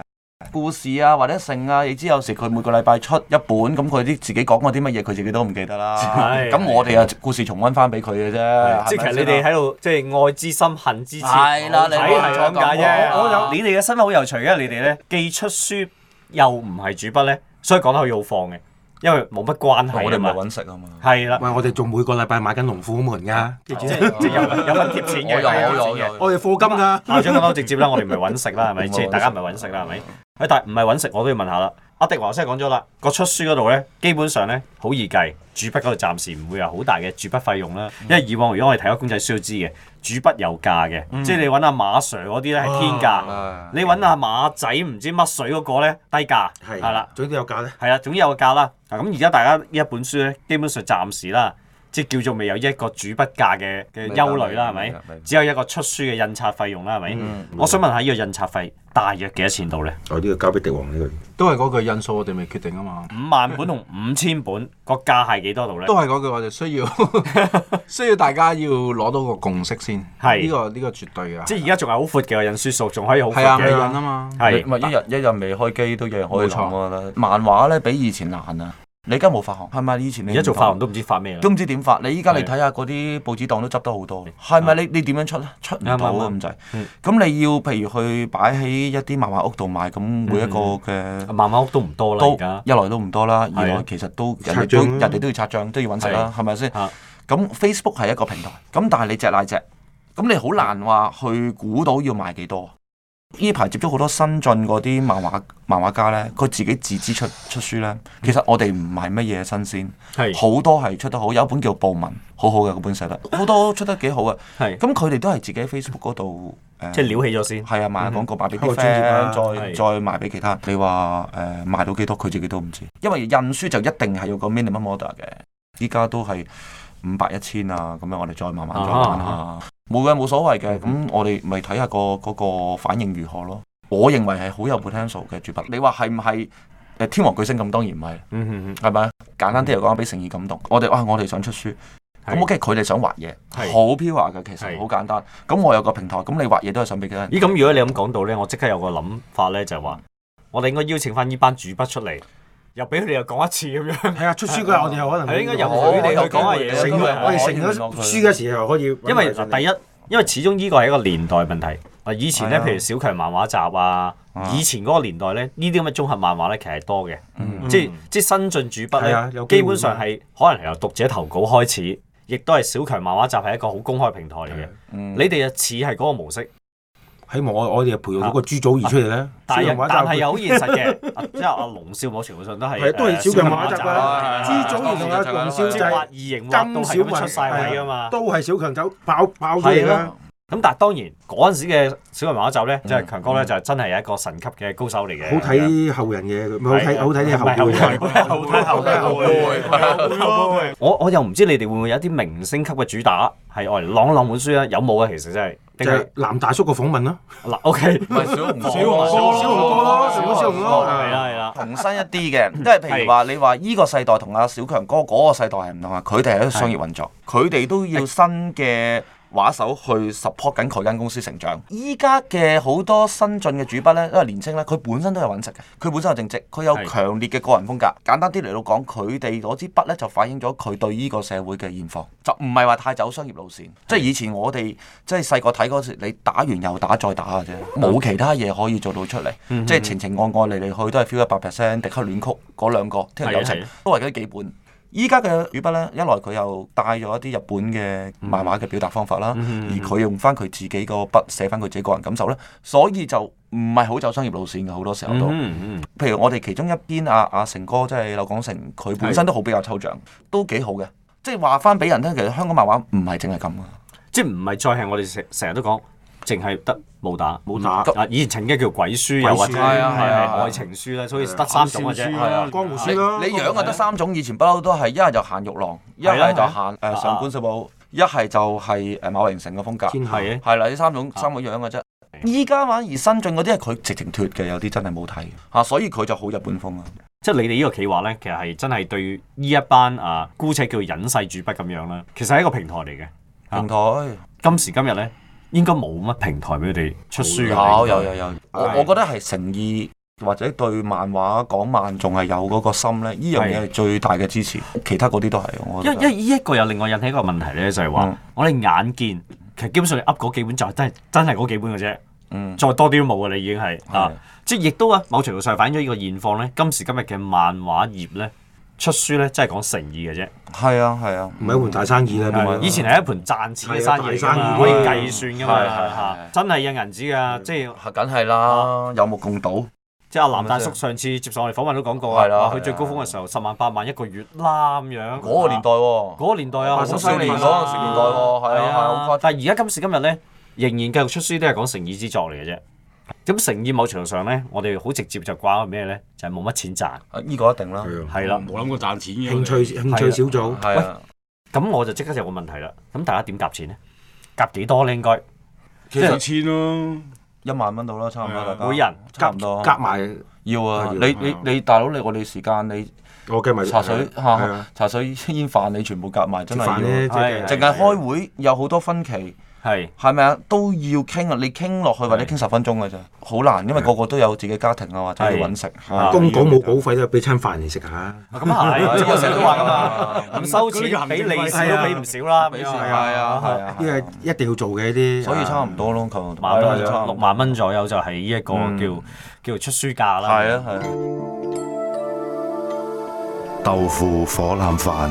[SPEAKER 6] 故事啊，或者性啊，亦知有時佢每個禮拜出一本，咁佢啲自己講過啲乜嘢，佢自己都唔記得啦。
[SPEAKER 5] 係
[SPEAKER 6] 咁我哋啊故事重温翻俾佢嘅啫。
[SPEAKER 5] 即
[SPEAKER 4] 啊
[SPEAKER 5] 係其實你哋喺度即係愛之深恨之切，
[SPEAKER 6] 啊係啦你
[SPEAKER 5] 睇係咁解啫。
[SPEAKER 6] 我我有
[SPEAKER 5] 你哋嘅身份好有趣嘅，你哋咧既出書又唔係主筆咧，所以講得佢好放嘅，因為冇乜關
[SPEAKER 6] 我
[SPEAKER 5] 係
[SPEAKER 6] 哋唔
[SPEAKER 5] 啊
[SPEAKER 6] 係
[SPEAKER 5] 嘛。
[SPEAKER 6] 揾食啊嘛。
[SPEAKER 5] 係啦，
[SPEAKER 7] 喂，我哋仲每個禮拜買緊龍虎門㗎，記住
[SPEAKER 5] 即係 即係有有份貼錢嘅，啊
[SPEAKER 6] 我有
[SPEAKER 5] 有
[SPEAKER 6] 我
[SPEAKER 5] 份貼
[SPEAKER 6] 有
[SPEAKER 5] 錢嘅
[SPEAKER 6] 有。
[SPEAKER 7] 我哋課金㗎。
[SPEAKER 5] 校長講得直接啦，我哋唔係揾食啦，係咪？
[SPEAKER 6] 冇
[SPEAKER 5] 即係
[SPEAKER 6] 揾
[SPEAKER 5] 大家唔係揾食啦，係咪？喂，但係唔係揾食，我都要問下啦。阿迪華先講咗啦，個出書嗰度咧，基本上咧好易計，主筆嗰度暫時唔會有好大嘅主筆費用啦。
[SPEAKER 6] 嗯
[SPEAKER 5] 因為以往如果我哋睇開公仔書都知嘅，主筆有價嘅，
[SPEAKER 6] 嗯
[SPEAKER 5] 即係你揾阿馬 Sir 嗰啲咧係天價，
[SPEAKER 6] 啊
[SPEAKER 5] 你揾阿馬仔唔知乜水嗰個咧低價，係
[SPEAKER 7] 係
[SPEAKER 5] 啦。
[SPEAKER 7] 總之有價咧。
[SPEAKER 5] 係啦，總之有個價啦。嗱咁而家大家呢一本書咧，基本上暫時啦，即係叫做未有一個主筆價嘅嘅憂慮啦，係
[SPEAKER 6] 明
[SPEAKER 5] 咪
[SPEAKER 6] 白明白？
[SPEAKER 5] 只有一嗯個出書嘅印刷費用啦，係咪？我想問下呢個印刷費大約幾多錢到咧？
[SPEAKER 7] 我呢個交俾迪王呢個。
[SPEAKER 2] 都係嗰句因素，我哋未決定啊嘛。
[SPEAKER 5] 五萬本同五千本個價係幾多度咧
[SPEAKER 2] 都？係嗰句，我哋需要 需要大家要攞到個共識先。
[SPEAKER 5] 係
[SPEAKER 2] 呢個呢個絕對嘅。
[SPEAKER 5] 即係而家仲係好闊嘅印書數，仲可以好闊
[SPEAKER 2] 係啊，美印
[SPEAKER 5] 嘅。
[SPEAKER 2] 啊嘛。
[SPEAKER 6] 你
[SPEAKER 5] 係
[SPEAKER 6] 咪一日一日未開機都有人可以
[SPEAKER 2] 冇錯
[SPEAKER 6] 諗啦。漫畫咧比以前難啊，你而家冇發行，係咪？以前你
[SPEAKER 5] 而家做
[SPEAKER 6] 唔同
[SPEAKER 5] 發行都唔知發咩啦
[SPEAKER 6] 都。唔知點發。你依家你
[SPEAKER 5] 係
[SPEAKER 6] 睇下嗰啲報紙檔都執得好多，係咪？你你點樣出咧？出唔到啊
[SPEAKER 5] 啱啱
[SPEAKER 6] 咁
[SPEAKER 5] 啱
[SPEAKER 6] 滯。咁你要譬如去擺喺一啲漫畫屋度賣，咁每一個嘅
[SPEAKER 5] 漫畫屋都唔多啦，而
[SPEAKER 6] 都
[SPEAKER 5] 家
[SPEAKER 6] 一來都唔多啦，二
[SPEAKER 5] 係啊
[SPEAKER 6] 來其實都人
[SPEAKER 3] 拆
[SPEAKER 6] 哋都
[SPEAKER 3] 帳啦
[SPEAKER 6] 人哋都要拆帳，都要揾食啦，係咪先？
[SPEAKER 5] 啊
[SPEAKER 6] 咁 Facebook 係一個平台，咁但係你隻賴隻，咁你好難話去估到要賣幾多。呢排接觸好多新進嗰啲漫畫漫畫家咧，佢自己自資出出書咧，其實我哋唔係乜嘢新鮮。
[SPEAKER 5] 係
[SPEAKER 6] 好多係出得好，有一本叫《報文》，好好嘅嗰本寫得，好多出得幾好啊。
[SPEAKER 5] 係
[SPEAKER 6] 咁佢哋都係自己喺 Facebook 嗰度誒，
[SPEAKER 5] 即係撩起咗先。
[SPEAKER 6] 係啊賣下廣告賣俾
[SPEAKER 3] 開
[SPEAKER 6] 啲
[SPEAKER 3] 個專頁啦
[SPEAKER 6] friend，再
[SPEAKER 5] 係
[SPEAKER 6] 再賣俾其他人。你話誒、賣到幾多，佢自己都唔知，因為印書就一定係有個 minimum order 嘅，依家都係五百一千啊，咁樣我哋再慢慢再玩下。冇嘅冇所謂嘅，咁我哋咪睇下個嗰、個反應如何咯。我認為係好有 potential 嘅主筆，你話係唔係誒天王巨星咁？當然唔係啦。
[SPEAKER 5] 嗯嗯
[SPEAKER 6] 係咪？簡單啲嚟講，俾誠意感動。我哋哇，我哋想出書，
[SPEAKER 5] 係
[SPEAKER 6] 咁 OK，佢哋想畫嘢，
[SPEAKER 5] 係
[SPEAKER 6] 好 pure 嘅，其
[SPEAKER 5] 係
[SPEAKER 6] 實好簡單。咁我有個平台，咁你畫嘢都係想俾其他人。
[SPEAKER 5] 咦，咁如果你咁講到咧，我即刻有個諗法咧，就係話我哋應該邀請翻呢班主筆出嚟，又俾佢哋又講一次 咁樣。
[SPEAKER 3] 係啊，出書嗰日我哋又可能
[SPEAKER 5] 係應該由
[SPEAKER 6] 我
[SPEAKER 5] 佢哋去講下
[SPEAKER 6] 有
[SPEAKER 5] 嘢
[SPEAKER 7] 啊
[SPEAKER 6] 機
[SPEAKER 3] 成
[SPEAKER 6] 會
[SPEAKER 5] 都
[SPEAKER 6] 我
[SPEAKER 5] 係
[SPEAKER 3] 我哋成咗書嘅時候可以，
[SPEAKER 5] 因為嗱第一，因為始終呢個係一個年代問題。嗱，以前咧，
[SPEAKER 6] 係啊
[SPEAKER 5] 譬如小強漫畫集啊，以前嗰個年代咧，呢啲咁嘅綜合漫畫咧，其實係多嘅。即係即係新進主筆
[SPEAKER 3] 嗯係啊
[SPEAKER 5] 咧
[SPEAKER 3] 有，機會
[SPEAKER 5] 基本上係可能係由讀者投稿開始，亦都係小強漫畫集係一個好公開平台嚟嘅。
[SPEAKER 6] 嗯
[SPEAKER 5] 你哋就似係嗰個模式，
[SPEAKER 3] 希望我我哋培育到個朱祖兒出嚟咧，
[SPEAKER 5] 但
[SPEAKER 3] 小
[SPEAKER 5] 係
[SPEAKER 3] 人畫
[SPEAKER 5] 但係
[SPEAKER 3] 集
[SPEAKER 5] 又好現實嘅。 啊即係阿龍少某程度上都係
[SPEAKER 3] 係都係
[SPEAKER 5] 誒
[SPEAKER 3] 小強漫畫集
[SPEAKER 5] 小強漫畫
[SPEAKER 3] 啊，
[SPEAKER 6] 係係
[SPEAKER 3] 朱祖兒同阿龍少
[SPEAKER 5] 即係畫
[SPEAKER 3] 仔、
[SPEAKER 5] 異形畫到
[SPEAKER 3] 金
[SPEAKER 5] 係
[SPEAKER 3] 小
[SPEAKER 5] 咁
[SPEAKER 3] 文
[SPEAKER 5] 出晒位噶嘛。
[SPEAKER 3] 都係小強走爆爆咗嚟啦。
[SPEAKER 5] 咁但係當然嗰陣時嘅小人漫畫集咧，即係強哥咧就係真係一個神級嘅高手嚟嘅。
[SPEAKER 3] 好睇後人嘅，啊佢唔係好睇好睇啲後
[SPEAKER 5] 唔係
[SPEAKER 3] 輩
[SPEAKER 5] 後輩後輩後輩後輩後輩我我又唔知你哋會唔會有一啲明星級嘅主打係愛嚟朗朗本書咧？有冇啊？其實真係
[SPEAKER 3] 就
[SPEAKER 5] 定係
[SPEAKER 3] 係藍大叔個訪問啦，
[SPEAKER 5] 嗱，OK，
[SPEAKER 6] 唔係小紅
[SPEAKER 5] 小紅
[SPEAKER 3] 小紅哥啊咯，小小紅咯，
[SPEAKER 5] 啊係啦係啦，
[SPEAKER 6] 同新一啲嘅，即係譬如話你話依個世代同阿小強哥嗰個世代係唔同啊，佢哋係一個商業運作，佢哋都要新嘅畫手去 support 緊佢間公司成長。依家嘅好多新進嘅主筆呢，因為年青呢，佢本身都有揾食嘅，佢本身有正職，佢有
[SPEAKER 5] 係
[SPEAKER 6] 強烈嘅個人風格。簡單啲嚟到講，佢哋攞支筆呢，就反映咗佢對呢個社會嘅現況，就唔係話太走商業路線。即係以前我哋即係細個睇嗰時，你打完又打再打嘅啫，
[SPEAKER 5] 嗯
[SPEAKER 6] 冇其他嘢可以做到出嚟。即係情情愛愛嚟嚟去都係 feel 一百 percent 迪克戀曲嗰兩個，聽日友
[SPEAKER 5] 係啊係
[SPEAKER 6] 情
[SPEAKER 5] 啊
[SPEAKER 6] 都係嗰幾本。依家嘅語筆呢，一來佢又帶咗一啲日本嘅
[SPEAKER 5] 嗯
[SPEAKER 6] 漫畫嘅表達方法啦，而佢用翻佢自己個筆寫翻佢自己個人感受咧，所以就唔係好走商業路線嘅好多時候都。譬如我哋其中一邊阿阿成哥，即係柳廣成，佢本身都好比較抽象，都幾好嘅。即係話翻俾人聽，其實香港漫畫唔係淨係咁啊嘅。
[SPEAKER 5] 即係唔係再係我哋成成日都講，淨係得武打武
[SPEAKER 3] 打
[SPEAKER 5] 啊！以前曾經叫鬼書，又或者
[SPEAKER 3] 鬼書
[SPEAKER 5] 係
[SPEAKER 6] 係啊係啊
[SPEAKER 5] 係愛情書咧，所以得三種嘅啫。
[SPEAKER 3] 小書
[SPEAKER 6] 係啊
[SPEAKER 3] 啦，江湖書啦，
[SPEAKER 6] 你你樣啊得三種，以前不嬲都係一係就行玉郎，一
[SPEAKER 5] 係啦啊
[SPEAKER 6] 係就行
[SPEAKER 5] 係啦
[SPEAKER 6] 誒上官小寶，一係就係誒呃馬榮成嘅風格。
[SPEAKER 3] 天下
[SPEAKER 5] 係啊，
[SPEAKER 6] 係啦，呢三種三個樣嘅啫。依家反而新進嗰啲係佢直情脱嘅，有啲真係冇睇嚇，所以佢就好日本風啊。
[SPEAKER 5] 即係你哋呢個企劃咧，其實係真係對呢一班啊，姑且叫隱世主筆咁樣啦，其實係一個平台嚟嘅。
[SPEAKER 6] 平台
[SPEAKER 5] 今時今日咧，應該冇乜平台俾佢哋出書㗎啦
[SPEAKER 6] 有
[SPEAKER 5] 應該
[SPEAKER 6] 有有有，我我覺得係誠意或者對漫畫講漫仲係有嗰個心咧，呢樣嘢係最大嘅支持，其他嗰啲都係我覺
[SPEAKER 5] 因
[SPEAKER 6] 得。
[SPEAKER 5] 因為呢一個又另外引起一個問題咧，就係話
[SPEAKER 6] 嗯
[SPEAKER 5] 我哋眼見其實基本上你噏嗰幾本就係真係真係嗰幾本嘅啫，
[SPEAKER 6] 嗯
[SPEAKER 5] 再多啲都冇嘅啦，你已經係啊
[SPEAKER 6] 係，
[SPEAKER 5] 即係亦都啊，某程度上反映咗呢個現況咧。今時今日嘅漫畫業咧，出書咧真係講誠意嘅啫。
[SPEAKER 6] 係啊係啊，
[SPEAKER 3] 唔係一啊盤大生意啦，變咗
[SPEAKER 5] 以前係一盤賺錢嘅生意嚟
[SPEAKER 3] 係啊大
[SPEAKER 5] 㗎嘛，可以
[SPEAKER 3] 生意
[SPEAKER 5] 計算㗎嘛，
[SPEAKER 6] 係係係嗯
[SPEAKER 5] 嚇真係有銀紙㗎，即係
[SPEAKER 6] 係梗係啦，有目共睹。
[SPEAKER 5] 即係阿藍大叔上次接受我哋訪問都講過
[SPEAKER 6] 係啦
[SPEAKER 5] 啊，話
[SPEAKER 6] 係
[SPEAKER 5] 佢
[SPEAKER 6] 啦
[SPEAKER 5] 最高峰嘅時候十萬八萬一個月啦咁樣。
[SPEAKER 6] 嗰個年代喎，
[SPEAKER 5] 嗰個年代啊，好
[SPEAKER 6] 八十
[SPEAKER 5] 犀利
[SPEAKER 6] 年
[SPEAKER 5] 啊
[SPEAKER 6] 代嗰個年代喎係啊係啊好誇張
[SPEAKER 5] 但係而家今時今日咧，仍然繼續出書都係講誠意之作嚟嘅啫。咁誠意某程度上咧，我哋好直接就掛咩咧，就係冇乜錢賺，
[SPEAKER 6] 啊呢個一定啦，
[SPEAKER 5] 係啦。
[SPEAKER 4] 冇諗過賺錢嘅。
[SPEAKER 3] 興趣興趣小組，
[SPEAKER 6] 係啊。
[SPEAKER 5] 咁我就即刻有個問題啦。咁大家點夾錢咧？夾幾多咧？應該
[SPEAKER 4] 其實千咯，
[SPEAKER 6] 一萬蚊到啦，差唔多大家。
[SPEAKER 5] 每人
[SPEAKER 6] 差唔多。
[SPEAKER 3] 夾埋
[SPEAKER 6] 要啊！
[SPEAKER 3] 要
[SPEAKER 6] 你你你大佬，你我哋時間，你
[SPEAKER 3] 我計埋
[SPEAKER 6] 茶水
[SPEAKER 3] 係啊
[SPEAKER 6] 嚇，茶水煙飯，你全部夾埋，真
[SPEAKER 3] 食飯
[SPEAKER 6] 係要
[SPEAKER 3] 咧，
[SPEAKER 6] 啊。
[SPEAKER 3] 即係
[SPEAKER 6] 淨
[SPEAKER 5] 係
[SPEAKER 6] 係開會有好多分歧，
[SPEAKER 5] 係
[SPEAKER 6] 係咪啊？都要傾啊！你傾落去或者傾十分鐘嘅啫，好難，因為個個都有自己家庭啊，或者要揾食。
[SPEAKER 5] 啊
[SPEAKER 7] 公稿冇稿費都要俾餐飯嚟食下。
[SPEAKER 5] 咁 係，我成日都話噶嘛，唔收錢俾利是都俾唔少啦，
[SPEAKER 6] 俾啊係啊係啊，
[SPEAKER 7] 呢個一定要做嘅呢啲。
[SPEAKER 6] 所以差唔多咯，求
[SPEAKER 5] 萬蚊
[SPEAKER 6] 係啊
[SPEAKER 5] 六萬蚊左右就係呢一個
[SPEAKER 6] 嗯
[SPEAKER 5] 叫叫出書價啦。
[SPEAKER 6] 係啊係啊。
[SPEAKER 10] 豆腐火腩飯，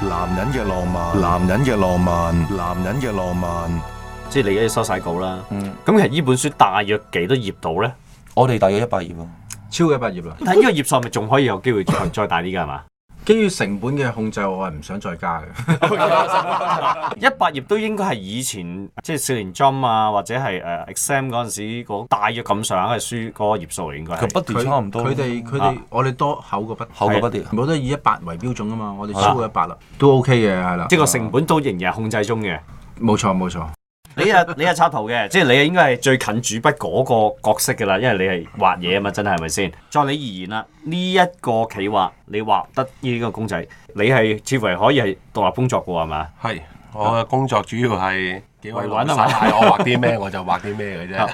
[SPEAKER 10] 男人嘅浪漫，男人嘅浪漫，男人嘅浪漫。
[SPEAKER 5] 即係你而家收晒稿啦。
[SPEAKER 6] 嗯
[SPEAKER 5] 咁其實呢本書大約幾多頁度咧？
[SPEAKER 6] 我哋大約一百頁啊，
[SPEAKER 2] 超過一百頁啦。
[SPEAKER 5] 睇呢個頁數係咪仲可以有機會再再大啲㗎係嘛？
[SPEAKER 2] 基於成本嘅控制，我係唔想再加嘅。
[SPEAKER 5] 一百頁都應該係以前即係少年 Jump 啊，或者係誒 exam 嗰陣時嗰大約咁上下嘅書嗰個頁數 嚟應該
[SPEAKER 6] 佢
[SPEAKER 5] 係。
[SPEAKER 6] 不斷差唔多。
[SPEAKER 2] 佢哋佢哋我哋多厚過筆，
[SPEAKER 6] 厚過筆碟
[SPEAKER 2] 冇得以一百為標準啊嘛，我哋超過一百啦，都 OK 嘅係啦。
[SPEAKER 5] 即係個成本都仍然係控制中嘅。
[SPEAKER 2] 冇錯冇錯，
[SPEAKER 5] 你係 你係啊插圖嘅，即係你應該係最近主筆嗰個角色㗎啦，因為你係畫嘢啊嘛，真係係咪先？在你而言啦，呢、一個企劃你畫得呢個公仔，你係似乎係可以係獨立工作嘅喎，係嘛？
[SPEAKER 8] 係我嘅工作主要係幾位老
[SPEAKER 5] 維穩啊嘛
[SPEAKER 8] 闆嗌我畫啲咩我就畫啲咩嘅啫。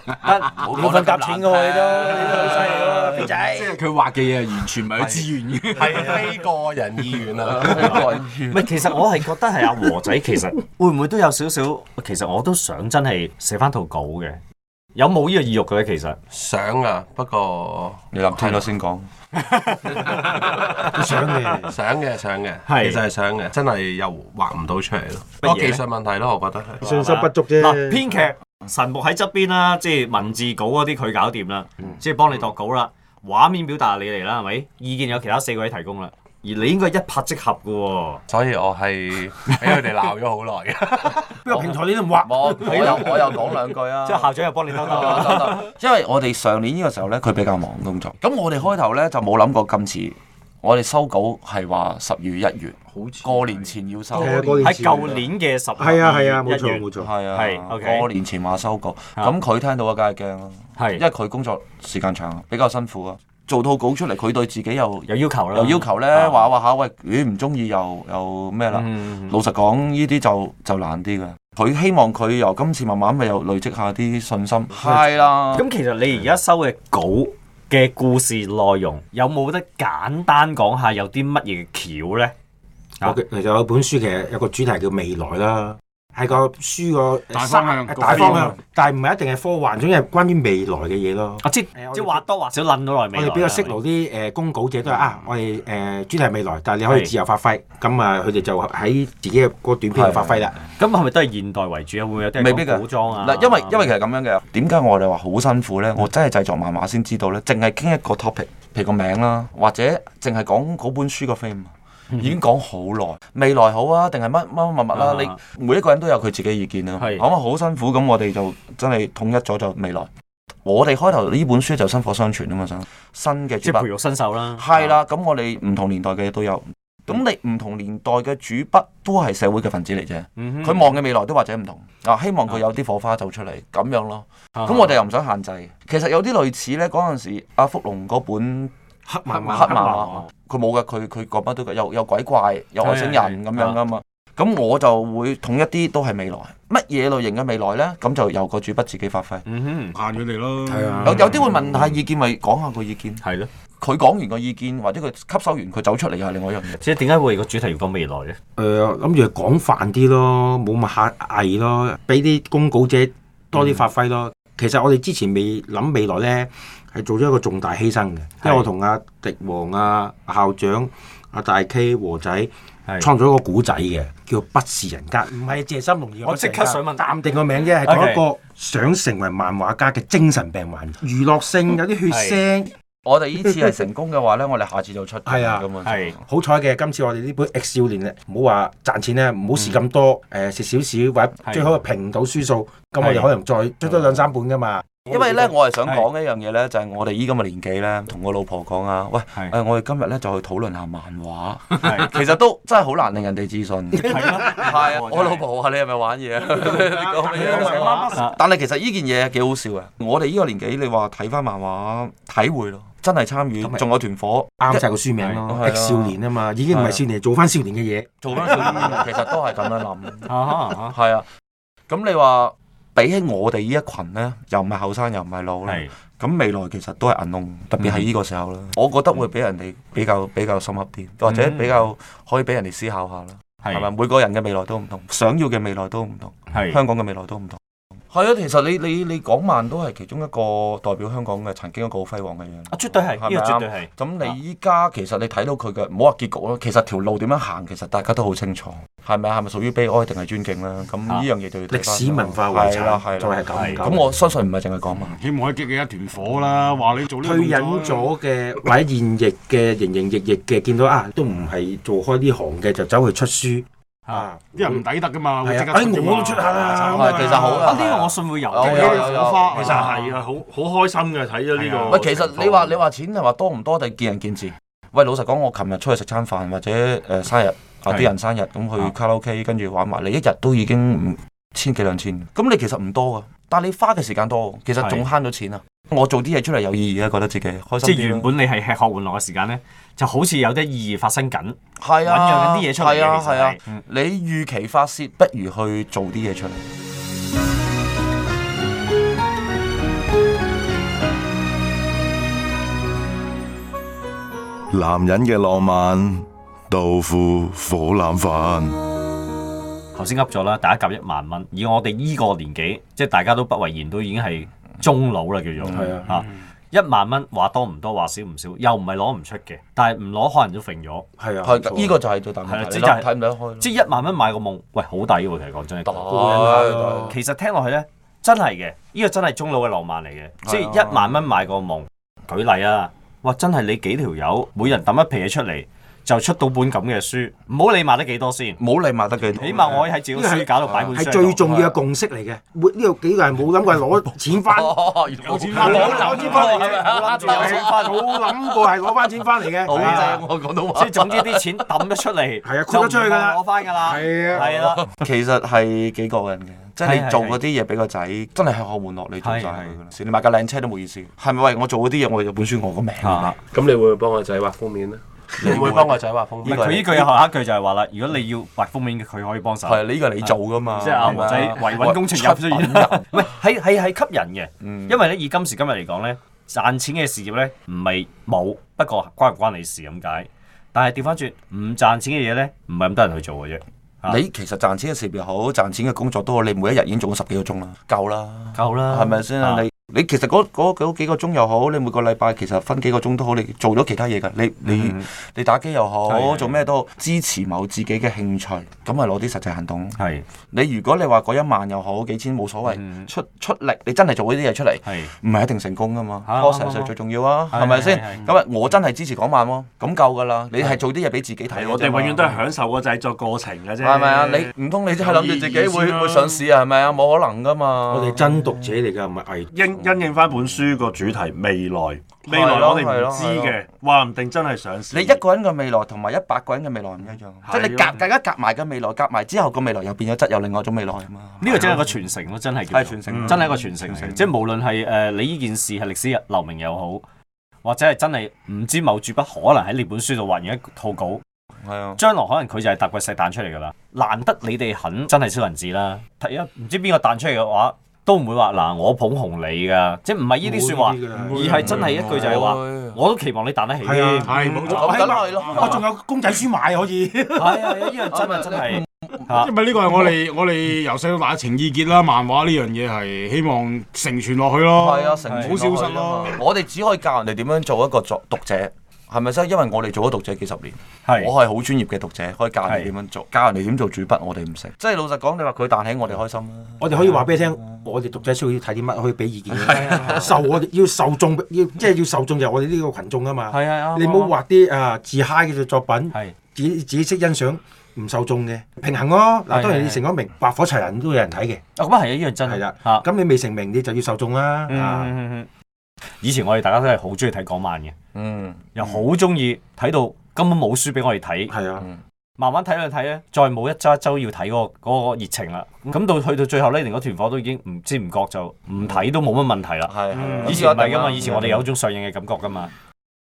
[SPEAKER 6] 冇份夾錢嘅喎，你啊都你都好犀利喎，肥
[SPEAKER 2] 即
[SPEAKER 6] 仔。
[SPEAKER 2] 係佢畫嘅嘢完全唔係佢自願嘅。
[SPEAKER 10] 啊
[SPEAKER 8] 係非個人意願啊！
[SPEAKER 5] 唔係，其實我係覺得係阿和仔，其實會唔會都有少少？其實我都想真係寫翻套稿嘅，有冇呢個意欲嘅咧？其實
[SPEAKER 8] 想啊，不過
[SPEAKER 6] 你諗聽咗先講。
[SPEAKER 7] 想嘅。
[SPEAKER 8] 想嘅想嘅，
[SPEAKER 5] 係
[SPEAKER 8] 其實係想嘅，真係又畫唔到出嚟
[SPEAKER 5] 乜嘢
[SPEAKER 8] 咯。個技術問題咯，我覺得係。
[SPEAKER 7] 信心不足啫。
[SPEAKER 5] 嗱，編劇神木喺側邊啦，即係文字稿嗰啲佢搞掂啦，即係幫你度稿啦，畫面表達你嚟啦，係咪？意見有其他四位提供啦，而你應該一拍即合嘅喎。
[SPEAKER 8] 所以我係俾佢哋鬧咗好耐嘅。
[SPEAKER 7] 邊個平台你都唔畫？
[SPEAKER 6] 我我又我又講兩句啊。
[SPEAKER 5] 即係校長又幫你兜 兜啦。
[SPEAKER 6] 因為我哋上年呢個時候呢，佢比較忙工作。咁我哋開頭呢，就冇諗過今次，我哋收稿係話十月一月
[SPEAKER 2] 好似
[SPEAKER 6] 過年前要收。
[SPEAKER 7] 係啊，過
[SPEAKER 5] 喺
[SPEAKER 7] 年前
[SPEAKER 5] 舊年嘅十
[SPEAKER 7] 係啊係啊，冇錯冇錯。
[SPEAKER 6] 係啊，
[SPEAKER 5] 係，OK
[SPEAKER 6] 過年前話收稿，
[SPEAKER 5] 啊
[SPEAKER 6] 咁佢聽到啊，梗係驚啦，
[SPEAKER 5] 係
[SPEAKER 6] 因為佢工作時間長，比較辛苦啊。做套稿出嚟，佢對自己又
[SPEAKER 5] 有要求啦，
[SPEAKER 6] 有要求咧，
[SPEAKER 5] 啊嗯
[SPEAKER 6] 話話下喂，咦唔中意又又咩啦？老實講，呢啲就就難啲嘅。佢希望佢由今次慢慢咪又累積下啲信心。係啦，
[SPEAKER 5] 嗯咁其實你而家收嘅稿嘅故事內容，有冇得簡單講下有啲乜嘢橋咧？啊
[SPEAKER 7] 我其實有本書其實有個主題叫未來啦，係個書個呃
[SPEAKER 4] 大方向
[SPEAKER 7] 大方向，但係唔係一定係科幻，總之係關於未來嘅嘢咯。
[SPEAKER 5] 啊，即
[SPEAKER 7] 誒我哋
[SPEAKER 5] 即或多或少諗到內
[SPEAKER 7] 我
[SPEAKER 5] 未來啊
[SPEAKER 7] 哋比較識
[SPEAKER 5] 係咪
[SPEAKER 7] 路啲誒公稿者都係啊，我哋誒主題係未來，但係你可以
[SPEAKER 5] 係
[SPEAKER 7] 自由發揮，咁啊佢哋就喺自己嘅個短片去發揮啦。
[SPEAKER 5] 咁係咪都係現代為主啊？會唔會有啲係
[SPEAKER 6] 未必㗎
[SPEAKER 5] 講古裝啊？
[SPEAKER 6] 嗱，因為因為其實咁樣嘅，點解我哋話好辛苦咧？我真係製作漫畫先知道咧，淨係傾一個 topic，譬如個名啦，或者淨係講嗰本書個 frame。已
[SPEAKER 5] 嗯
[SPEAKER 6] 經講好耐，未來好啊，定係乜乜乜乜
[SPEAKER 5] 啊
[SPEAKER 6] 啦？你每一個人都有佢自己意見啊，
[SPEAKER 5] 係
[SPEAKER 6] 咁啊好辛苦，咁我哋就真係統一咗就未來。我哋開頭呢本書就薪火相傳啊嘛，想新嘅
[SPEAKER 5] 即
[SPEAKER 6] 主
[SPEAKER 5] 係培
[SPEAKER 6] 筆
[SPEAKER 5] 育新手啦。啊
[SPEAKER 6] 係啦，咁我哋唔同年代嘅嘢都有，咁你唔同年代嘅主筆都係社會嘅分子嚟啫。
[SPEAKER 5] 嗯哼，
[SPEAKER 6] 佢望嘅未來都或者唔同啊，希望佢有啲火花走出嚟咁樣咯。
[SPEAKER 5] 啊
[SPEAKER 6] 咁我哋又唔想限制。其實有啲類似呢，嗰陣時阿福龍嗰本
[SPEAKER 7] 黑
[SPEAKER 6] 黑
[SPEAKER 7] 漫
[SPEAKER 6] 漫
[SPEAKER 7] 畫，
[SPEAKER 6] 畫，佢冇嘅，佢佢講乜都有，有有鬼怪，有外星人咁樣噶嘛。咁我就會統一啲都係未來，乜嘢類型嘅未來呢？咁就由個主筆自己發揮。
[SPEAKER 5] 嗯哼，
[SPEAKER 4] 限佢哋咯。
[SPEAKER 7] 係啊
[SPEAKER 6] 有有啲會問下意見，咪講下個意見。
[SPEAKER 5] 係咯。
[SPEAKER 6] 佢講完個意見，或者佢吸收完，佢走出嚟又係另外一樣 嘢。
[SPEAKER 5] 即係點解會個主題要講未來咧？
[SPEAKER 7] 誒呃諗住係廣泛啲咯，冇咁狹隘咯，俾啲公稿者多啲發揮
[SPEAKER 5] 嗯
[SPEAKER 7] 咯。其實我哋之前未諗未來咧，係做咗一個重大犧牲嘅，因為我同阿迪王啊、阿校長、阿大 K 和仔
[SPEAKER 5] 係
[SPEAKER 7] 創咗一個古仔嘅，叫《不是人間》，唔係謝心龍嘅。
[SPEAKER 5] 我即刻想問
[SPEAKER 7] 淡定個名啫，係講一個想成為漫畫家嘅精神病患，娛樂性
[SPEAKER 5] 嗯
[SPEAKER 7] 有啲血腥。
[SPEAKER 6] 我哋呢次係成功嘅話呢，我哋下次就出
[SPEAKER 7] 係啊
[SPEAKER 6] 咁
[SPEAKER 5] 係
[SPEAKER 7] 好彩嘅，今次我哋呢本 X 少年咧，唔好話賺錢咧，唔好蝕咁多，誒蝕少少或者
[SPEAKER 5] 係
[SPEAKER 7] 最好係平到輸數，咁我哋
[SPEAKER 5] 係
[SPEAKER 7] 可能再出多兩三本噶嘛。
[SPEAKER 6] 因為咧，我係想講一樣嘢咧，就係我哋依今嘅年紀咧，同我老婆講啊，喂，
[SPEAKER 5] 係
[SPEAKER 6] 誒，我哋今日咧就去討論下漫畫，
[SPEAKER 5] 係
[SPEAKER 6] 其實都真係好難令人哋置信。 係
[SPEAKER 5] 係
[SPEAKER 6] 啊，我老婆話你係咪玩 嘢啊？你講咩啊 嘢？但係其實呢件嘢幾好笑嘅，我哋呢個年紀，你話睇翻漫畫體會咯，真係參與，仲有團伙，
[SPEAKER 3] 啱晒個書名咯
[SPEAKER 6] 係，
[SPEAKER 3] 《少年》啊嘛，已經唔係少年，做翻少年嘅嘢。
[SPEAKER 6] 做翻少年， 其實都係咁樣諗。係啊，咁你話比起我哋呢一群咧，又唔係後生，又唔係老啦。咁未來其實都係銀龍，特別係呢個時候啦。我覺得會俾人哋比較比較深刻啲，或者比較可以俾人哋思考下啦。嗯係咪？每個人嘅未來都唔同，想要嘅未來都唔同，香港嘅未來都唔同。係啊，其實你你你港漫都係其中一個代表香港嘅曾經一個好輝煌嘅樣。
[SPEAKER 5] 啊，絕對係，呢
[SPEAKER 6] 咪
[SPEAKER 5] 個
[SPEAKER 6] 啊
[SPEAKER 5] 絕對係。
[SPEAKER 6] 咁你依家其實你睇到佢嘅，唔好話結局啦，其實條路點樣行，其實大家都好清楚，係咪啊？係咪屬於悲哀定係尊敬啦？咁呢樣嘢就要睇
[SPEAKER 3] 歷
[SPEAKER 6] 返
[SPEAKER 3] 史文化遺
[SPEAKER 6] 係啦
[SPEAKER 3] 產，
[SPEAKER 6] 係
[SPEAKER 3] 再係
[SPEAKER 6] 啦。
[SPEAKER 3] 咁
[SPEAKER 6] 咁我相信唔係淨係講嘛，
[SPEAKER 4] 希望可以激起一團火啦，話你做呢個
[SPEAKER 3] 退
[SPEAKER 4] 動
[SPEAKER 3] 隱咗
[SPEAKER 4] 作
[SPEAKER 3] 嘅或者現役嘅營營役役嘅，見到啊都唔係做開呢行嘅，就走去出書啊，
[SPEAKER 4] 啲人唔抵得噶嘛，會
[SPEAKER 3] 係
[SPEAKER 4] 即
[SPEAKER 3] 啊
[SPEAKER 4] 刻，
[SPEAKER 3] 哎
[SPEAKER 4] 㗎嘛
[SPEAKER 3] 我都出下啦，
[SPEAKER 6] 係其實好
[SPEAKER 5] 啊，
[SPEAKER 6] 啦。
[SPEAKER 5] 呢個我信會有
[SPEAKER 6] 有
[SPEAKER 5] 嘅。
[SPEAKER 6] 有有有
[SPEAKER 4] 火花
[SPEAKER 8] 其實係啊，好好開心嘅睇咗呢個。
[SPEAKER 5] 哦
[SPEAKER 6] 喂，其實你話你話錢係話多唔多，就見仁見智。喂，老實講，我琴日出去食餐飯或者誒、呃生日啊啲人生日咁去卡拉 OK，跟住玩埋，你一日都已經唔千幾兩千，咁你其實唔多噶，但係你花嘅時間多，其實仲慳咗錢啊！我做啲嘢出嚟有意義啊，覺得自己開
[SPEAKER 5] 即
[SPEAKER 6] 心
[SPEAKER 5] 係
[SPEAKER 6] 啲
[SPEAKER 5] 原
[SPEAKER 6] 咯。
[SPEAKER 5] 本你係吃喝玩樂嘅時間咧，就好似有啲意義發生緊，
[SPEAKER 6] 係
[SPEAKER 5] 醖釀緊
[SPEAKER 6] 啊，
[SPEAKER 5] 啲嘢出嚟
[SPEAKER 6] 係啊，
[SPEAKER 5] 嘅。其實
[SPEAKER 6] 係啊
[SPEAKER 5] 係，嗯
[SPEAKER 6] 你預期發泄，不如去做啲嘢出嚟。
[SPEAKER 10] 男人嘅浪漫，豆腐火腩飯。
[SPEAKER 5] 頭先噏咗啦，大家夾一萬蚊，以我哋依個年紀，即係大家都不為然，都已經係中老啦叫做嚇。一萬蚊話多唔多話少唔少，又唔係攞唔出嘅，但係唔攞可能都揈咗。
[SPEAKER 7] 嗯
[SPEAKER 3] 係啊，
[SPEAKER 6] 係，呢個就係最大
[SPEAKER 5] 係
[SPEAKER 6] 問
[SPEAKER 5] 啊
[SPEAKER 6] 題。
[SPEAKER 5] 即
[SPEAKER 6] 你
[SPEAKER 5] 係
[SPEAKER 6] 諗睇唔睇得開咯？
[SPEAKER 5] 即係一萬蚊買個夢，喂，好抵喎！其實講真一句，
[SPEAKER 6] 係
[SPEAKER 5] 其實聽落去咧，真係嘅，呢個真係中老嘅浪漫嚟嘅，即係一萬蚊買個夢。舉例啊，哇！真係你幾條友，每人抌一皮嘢出嚟，就出到本咁嘅書，唔好理賣得幾多先，
[SPEAKER 6] 冇你賣得幾多？
[SPEAKER 5] 起碼我可以喺自己書架度擺本書喺度。
[SPEAKER 3] 係最重要嘅共識嚟嘅。每呢度幾個人冇諗過係攞錢 翻，
[SPEAKER 6] 哦，原來
[SPEAKER 4] 有錢
[SPEAKER 5] 啊
[SPEAKER 4] 翻嚟
[SPEAKER 6] 冇
[SPEAKER 4] 有錢翻嚟
[SPEAKER 6] 冇諗住有錢翻嚟
[SPEAKER 3] 冇諗過係攞翻錢翻嚟嘅。
[SPEAKER 6] 好
[SPEAKER 3] 係啊
[SPEAKER 6] 正我講到
[SPEAKER 5] 即
[SPEAKER 6] 話
[SPEAKER 5] 係。總之啲錢抌咗出 嚟，
[SPEAKER 3] 係啊豁咗出去㗎啦
[SPEAKER 5] 就唔會攞翻㗎啦，
[SPEAKER 4] 係啊
[SPEAKER 5] 係啦，
[SPEAKER 6] 其實係幾過癮嘅，即係
[SPEAKER 5] 係係
[SPEAKER 6] 你做嗰啲嘢俾個仔，真係吃喝玩樂，你做晒佢㗎啦
[SPEAKER 5] 係。
[SPEAKER 6] 你買架靚車都冇意思，係咪？喂，我做嗰啲嘢，我有本書我個名㗎啦，
[SPEAKER 8] 咁你會唔會幫個仔畫封面咧？
[SPEAKER 6] 你會幫個仔畫封
[SPEAKER 5] 唔係
[SPEAKER 6] 面？
[SPEAKER 5] 佢呢句有下一句就係話啦，如果你要畫封面嘅，佢可以幫手。
[SPEAKER 6] 係啊呢個你做㗎嘛？
[SPEAKER 5] 即係阿
[SPEAKER 6] 係咪啊
[SPEAKER 5] 黃仔維穩工程入咗院， 唔係係係係吸引嘅，因為咧以今時今日嚟講咧，賺錢嘅事業咧唔係冇，不過關唔關你事咁解。但係調翻轉唔賺錢嘅嘢咧，唔係咁多人去做嘅啫。
[SPEAKER 6] 你其實賺錢嘅事業好，賺錢嘅工作都好，你每一日已經做咗十幾個鐘啦，夠啦，
[SPEAKER 5] 夠啦
[SPEAKER 6] 係咪先啊？你你其實嗰嗰嗰幾個鐘又好，你每個禮拜其實分幾個鐘都好，你做咗其他嘢㗎。你你
[SPEAKER 5] 嗯
[SPEAKER 6] 你打機又好，做咩都好，支持某自己嘅興趣，咁咪攞啲實際行動。
[SPEAKER 5] 係
[SPEAKER 6] 你如果你話嗰一萬又好幾千冇所謂，出出力，你真係做呢啲嘢出嚟，
[SPEAKER 5] 係
[SPEAKER 6] 唔係一定成功噶嘛
[SPEAKER 5] 啊啱
[SPEAKER 6] ？process
[SPEAKER 5] 啱
[SPEAKER 6] 係最重要啊，
[SPEAKER 5] 係
[SPEAKER 6] 係咪先
[SPEAKER 5] 係係？
[SPEAKER 6] 咁啊，我真係支持港漫喎，咁夠噶啦。你係做啲嘢俾自己睇嘅啫
[SPEAKER 8] 係，
[SPEAKER 6] 嘛，
[SPEAKER 8] 我哋永遠都係享受個製作過程嘅啫。
[SPEAKER 6] 係咪啊？你唔通你真係諗住自己
[SPEAKER 8] 有意義
[SPEAKER 6] 會
[SPEAKER 8] 先啦
[SPEAKER 6] 會上市啊？係咪啊？冇可能噶嘛。
[SPEAKER 3] 我哋真讀者嚟㗎，唔係偽
[SPEAKER 8] 因
[SPEAKER 5] 嗯
[SPEAKER 8] 因應翻本書個主題未來，未
[SPEAKER 6] 係
[SPEAKER 8] 來
[SPEAKER 6] 咯
[SPEAKER 8] 我哋
[SPEAKER 6] 係
[SPEAKER 8] 唔
[SPEAKER 6] 咯
[SPEAKER 8] 知
[SPEAKER 6] 係
[SPEAKER 8] 嘅，話唔定真係上市。
[SPEAKER 6] 你一個人嘅未來同埋一百個人嘅未來唔一樣，即係你夾大家夾埋嘅未來，夾埋之後個未來又變咗質，有另外一種未來啊嘛。嗯
[SPEAKER 5] 呢個真係一個傳承咯，真係叫
[SPEAKER 6] 係
[SPEAKER 5] 做
[SPEAKER 6] 傳
[SPEAKER 5] 嗯
[SPEAKER 6] 承
[SPEAKER 5] 真係一個傳承
[SPEAKER 8] 嗯
[SPEAKER 5] 嚟嘅。即係無論係誒你呢件事係歷史留名又好，或者係真係唔知某主筆可能喺呢本書度畫完一套稿。
[SPEAKER 6] 係啊。
[SPEAKER 5] 將來可能佢就係搭個石蛋出嚟㗎啦。難得你哋肯真係超人字啦，睇啊唔知邊個彈出嚟嘅話，都唔會話嗱我捧紅你㗎，即係唔係呢啲説話，而係真係一句就係話，我都期望你彈得起
[SPEAKER 3] 係
[SPEAKER 5] 添。
[SPEAKER 3] 啊，
[SPEAKER 5] 係
[SPEAKER 3] 係冇錯。
[SPEAKER 6] 咁梗係
[SPEAKER 3] 我
[SPEAKER 6] 咯。
[SPEAKER 3] 仲有公仔書買可以。
[SPEAKER 5] 係啊，呢樣真係真係
[SPEAKER 4] 因為呢個係我哋我哋由細到大嘅情意結啦，漫畫呢樣嘢係希望承傳落去咯，
[SPEAKER 6] 係啊，成
[SPEAKER 4] 唔好消失咯。。
[SPEAKER 6] 啊我哋只可以教人哋點樣做一個作讀者，係咪先？因為我哋做咗讀者幾十年，
[SPEAKER 5] 係哦
[SPEAKER 6] 我係好專業嘅讀者，可以教人哋點樣做，教人哋點做主筆，我哋唔識。即係老實講，你話佢彈起，我哋開心啦。
[SPEAKER 3] 我哋可以話俾你聽，我哋讀者需要睇啲乜，可以俾意見。
[SPEAKER 5] 啊
[SPEAKER 3] 受我哋要受眾，要即係要受眾就係我哋呢個群眾啊嘛。
[SPEAKER 5] 係啊啱
[SPEAKER 3] 你唔好畫啲啊自嗨嘅作品
[SPEAKER 5] 係，
[SPEAKER 3] 自己自己識欣賞唔受眾嘅平衡咯。嗱，當然你成咗名，百火齊人都有人睇嘅，
[SPEAKER 5] 啊咁啊係一樣真
[SPEAKER 3] 係啦。
[SPEAKER 5] 嚇。
[SPEAKER 3] 咁你未成名，你就要受眾啦。
[SPEAKER 5] 嗯
[SPEAKER 3] 啊
[SPEAKER 5] 嗯嗯嗯以前我哋大家都係好中意睇港漫嘅，
[SPEAKER 6] 嗯，
[SPEAKER 5] 又好中意睇到根本冇書俾我哋睇。
[SPEAKER 3] 係啊，
[SPEAKER 5] 慢慢睇兩睇咧，再冇一周一周要睇嗰、個嗰、個熱情啦。
[SPEAKER 7] 嗯
[SPEAKER 5] 咁到去到最後咧，連嗰團火都已經唔知唔覺就唔睇都冇乜問題啦。
[SPEAKER 6] 係。
[SPEAKER 5] 嗯
[SPEAKER 7] 嗯
[SPEAKER 5] 以前唔係噶嘛，以前我哋有一種上癮嘅感覺噶嘛。啊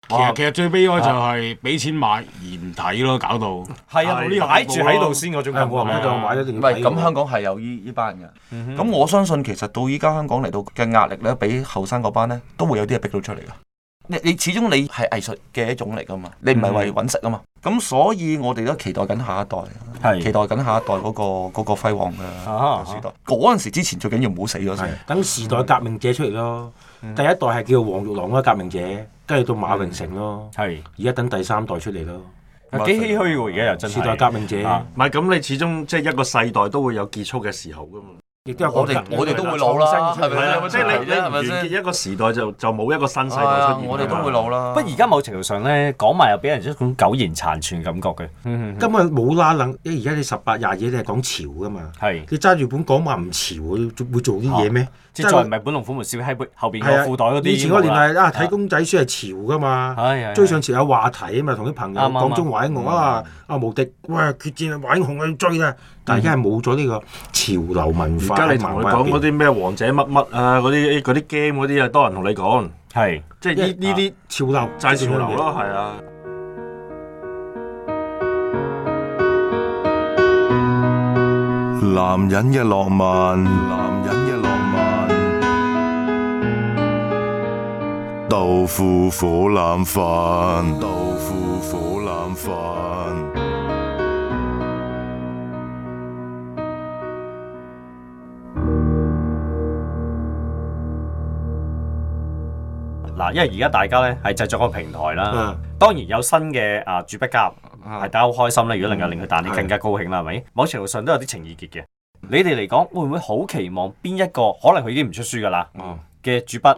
[SPEAKER 4] 其實其實最悲哀就係俾錢買而唔睇咯，搞到
[SPEAKER 5] 係啊，
[SPEAKER 4] 呢個
[SPEAKER 5] 擺住喺度先嗰種感覺
[SPEAKER 7] 我話
[SPEAKER 5] 啊
[SPEAKER 7] 咩就買咗定
[SPEAKER 6] 唔
[SPEAKER 7] 要
[SPEAKER 6] 係
[SPEAKER 7] 睇
[SPEAKER 6] 咁，香港係有依依班人。咁、
[SPEAKER 5] 嗯
[SPEAKER 6] 我相信其實到依家香港嚟到嘅壓力咧，俾後生嗰班咧都會有啲嘢逼到出嚟噶。你你始終你係藝術嘅一種嚟噶嘛，你唔係為揾食啊嘛。咁、所以我哋都期待緊下一代，
[SPEAKER 5] 係
[SPEAKER 6] 期待緊下一代嗰、個嗰、個輝煌
[SPEAKER 5] 啊
[SPEAKER 6] 嘅時代。嗰陣時之前最緊要唔好死咗先。
[SPEAKER 7] 等時代革命者出嚟咯。
[SPEAKER 12] 嗯
[SPEAKER 7] 第一代係叫黃玉郎嗰個革命者，跟住到馬榮成咯，
[SPEAKER 5] 係啊
[SPEAKER 7] 而家等第三代出嚟咯。
[SPEAKER 5] 幾唏噓喎，而家又真係。
[SPEAKER 7] 啊時代革命
[SPEAKER 5] 啊
[SPEAKER 7] 者，
[SPEAKER 12] 唔係咁，你始終即係一個世代都會有結束嘅時候噶嘛。
[SPEAKER 7] 亦都有
[SPEAKER 6] 我哋
[SPEAKER 7] 講革命
[SPEAKER 6] 我哋都會老啦，係咪
[SPEAKER 12] 係啊，
[SPEAKER 6] 先？
[SPEAKER 12] 即係你你
[SPEAKER 6] 係
[SPEAKER 12] 完
[SPEAKER 6] 咪先
[SPEAKER 12] 結？一個時代就就冇一個新世代
[SPEAKER 6] 係啊
[SPEAKER 12] 出現。
[SPEAKER 6] 我哋都會老啦。
[SPEAKER 5] 不過而家某程度上咧，講埋又俾人一種苟延殘喘感覺嘅。
[SPEAKER 7] 根本冇拉楞，因為而家你十八廿二你係講潮噶嘛，
[SPEAKER 5] 係，
[SPEAKER 7] 你揸住本講話唔潮，會做啲
[SPEAKER 12] 啊
[SPEAKER 7] 嘢咩？
[SPEAKER 5] 即
[SPEAKER 7] 係
[SPEAKER 5] 係再
[SPEAKER 7] 我
[SPEAKER 5] 唔係本龍虎門小喺後邊
[SPEAKER 7] 係啊
[SPEAKER 5] 個褲袋嗰啲。
[SPEAKER 7] 以前嗰年代啊，睇公仔書係潮噶
[SPEAKER 5] 係係
[SPEAKER 7] 嘛
[SPEAKER 5] 係，
[SPEAKER 7] 追上潮有話題啊嘛，同啲朋友
[SPEAKER 5] 啱啱嗯
[SPEAKER 7] 講中華英雄啊，啊無敵，哇決戰啊，華英雄啊要追啦！但係而家
[SPEAKER 5] 嗯
[SPEAKER 7] 係冇咗呢個潮流文化
[SPEAKER 12] 而家你
[SPEAKER 7] 喺
[SPEAKER 12] 同
[SPEAKER 7] 漫
[SPEAKER 12] 佢
[SPEAKER 7] 畫入
[SPEAKER 12] 講嗰
[SPEAKER 7] 邊。
[SPEAKER 12] 啲咩王者乜乜啊，嗰啲嗰啲 game 嗰啲啊，多人同你講，
[SPEAKER 5] 係
[SPEAKER 12] 即係呢呢
[SPEAKER 5] 啊
[SPEAKER 12] 啲
[SPEAKER 7] 潮流
[SPEAKER 12] 就係潮流咯，係啊。
[SPEAKER 10] 男人嘅浪漫，男人嘅浪漫，豆腐火腩飯，豆腐火腩飯。
[SPEAKER 5] 嗱，因為而家大家咧係製作個平台啦，當然有新嘅啊主筆加入，係大家好開心啦。如果能夠令佢彈啲更加高興啦，係咪？某程度上都有啲情意結嘅。你哋嚟講，會唔會好期望邊一個？可能佢已經唔出書噶啦嘅主筆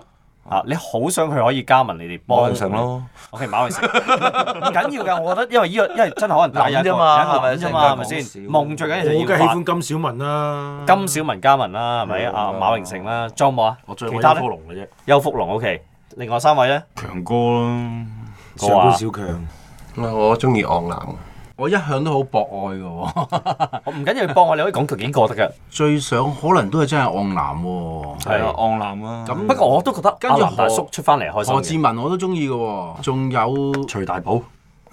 [SPEAKER 5] 啊，你好想佢可以加盟你哋幫
[SPEAKER 6] 馬榮成。咯，
[SPEAKER 5] OK，馬榮成唔緊要㗎，我覺得因為呢個因為真係可能大家有一個
[SPEAKER 6] 諗啫嘛
[SPEAKER 5] 有一個諗啫嘛，係
[SPEAKER 6] 係
[SPEAKER 5] 咪
[SPEAKER 6] 咪
[SPEAKER 5] 先
[SPEAKER 6] 先？
[SPEAKER 5] 夢最緊要就
[SPEAKER 7] 我梗係喜
[SPEAKER 5] 要
[SPEAKER 7] 歡金小文啦，
[SPEAKER 5] 發金小文加盟啦，係咪啊？馬榮成啦，仲有冇啊？
[SPEAKER 12] 我最
[SPEAKER 5] 其
[SPEAKER 12] 愛
[SPEAKER 5] 他
[SPEAKER 12] 邱
[SPEAKER 5] 咧
[SPEAKER 12] 福，龍嘅啫，
[SPEAKER 5] 邱福龍 OK，另外三位咧，
[SPEAKER 4] 強哥咯。
[SPEAKER 12] 啊
[SPEAKER 5] 我
[SPEAKER 7] 上
[SPEAKER 5] 話
[SPEAKER 7] 官小強，
[SPEAKER 13] 我中意昂南，
[SPEAKER 2] 我一向都好博愛嘅喎，
[SPEAKER 5] 我唔緊要，你幫我，你可以講佢幾個得㗎。
[SPEAKER 2] 最想可能都係真係昂男喎。
[SPEAKER 5] 係
[SPEAKER 6] 係啊，昂南啊。
[SPEAKER 2] 咁
[SPEAKER 5] 不過我都覺得
[SPEAKER 2] 跟住
[SPEAKER 5] 阿林大
[SPEAKER 2] 何
[SPEAKER 5] 叔出翻嚟開心
[SPEAKER 2] 何志
[SPEAKER 5] 嘅。
[SPEAKER 2] 文我都中意嘅喎，仲有
[SPEAKER 12] 徐大寶。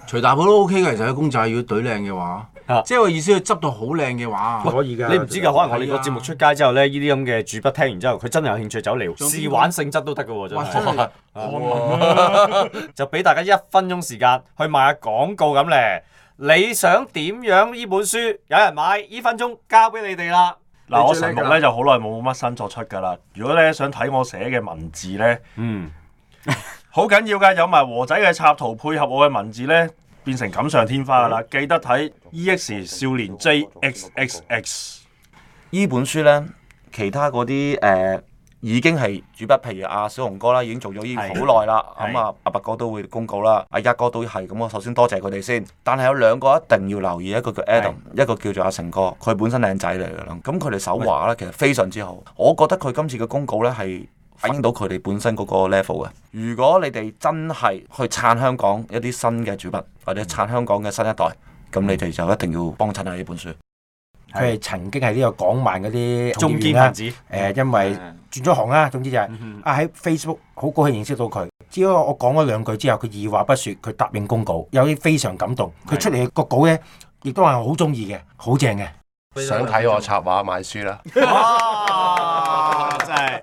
[SPEAKER 2] 徐大寶都 OK 嘅，其實佢公仔如果懟靚嘅話
[SPEAKER 5] 啊，
[SPEAKER 2] 即係我意思，佢執到好靚嘅話，
[SPEAKER 7] 可以㗎。
[SPEAKER 5] 你唔知㗎，可能我哋個
[SPEAKER 2] 係啊
[SPEAKER 5] 節目出街之後咧，呢啲咁嘅主筆聽完之後，佢真係有興趣走
[SPEAKER 2] 仲有
[SPEAKER 5] 嚟
[SPEAKER 2] 邊個
[SPEAKER 5] 試玩性質都得㗎喎，真
[SPEAKER 2] 哇真
[SPEAKER 5] 係。
[SPEAKER 2] 係
[SPEAKER 5] 就俾大家一分鐘時間去賣下廣告咁咧。你想點樣呢本書有人買？呢分鐘交俾你哋啦。
[SPEAKER 12] 嗱，我神木咧就好耐冇乜新作出㗎啦。如果咧想睇我寫嘅文字咧，嗯，好緊要㗎，有埋和仔嘅插圖配合我嘅文字咧，變成錦上添花㗎啦。記得睇 EX 少年 JXXX。
[SPEAKER 6] 呢本書呢，其他嗰啲誒已經係主筆，譬如阿小紅哥啦，已經做咗呢好耐啦。
[SPEAKER 5] 係
[SPEAKER 6] 咁啊，阿伯哥都會公告啦，阿一哥都係。咁我首先多謝佢哋先。但係有兩個一定要留意，一個叫 Adam，一個叫做阿成哥，佢本身靚仔嚟㗎啦。咁佢哋手畫呢，其實非常之好。我覺得佢今次嘅公告呢係。反映到佢哋本身嗰個 level 嘅。如果你哋真係去撐香港一啲新嘅主筆，或者撐香港嘅新一代，咁你哋就一定要幫襯下呢本書。
[SPEAKER 7] 佢係曾經係呢個港漫嗰啲
[SPEAKER 5] 中
[SPEAKER 7] 從業
[SPEAKER 5] 堅啊嗯
[SPEAKER 7] 員啦
[SPEAKER 5] 分子，
[SPEAKER 7] 誒，因為轉咗行啦，總之就係、
[SPEAKER 5] 嗯
[SPEAKER 7] 啊喺 Facebook 好高興認識到佢。只不過我講咗兩句之後，佢二話不說，佢答應公告，有啲非常感動。佢出嚟個稿咧，亦都係我好中意嘅，好正嘅。
[SPEAKER 13] 想睇我插畫買書啦。
[SPEAKER 5] 哇！ 真係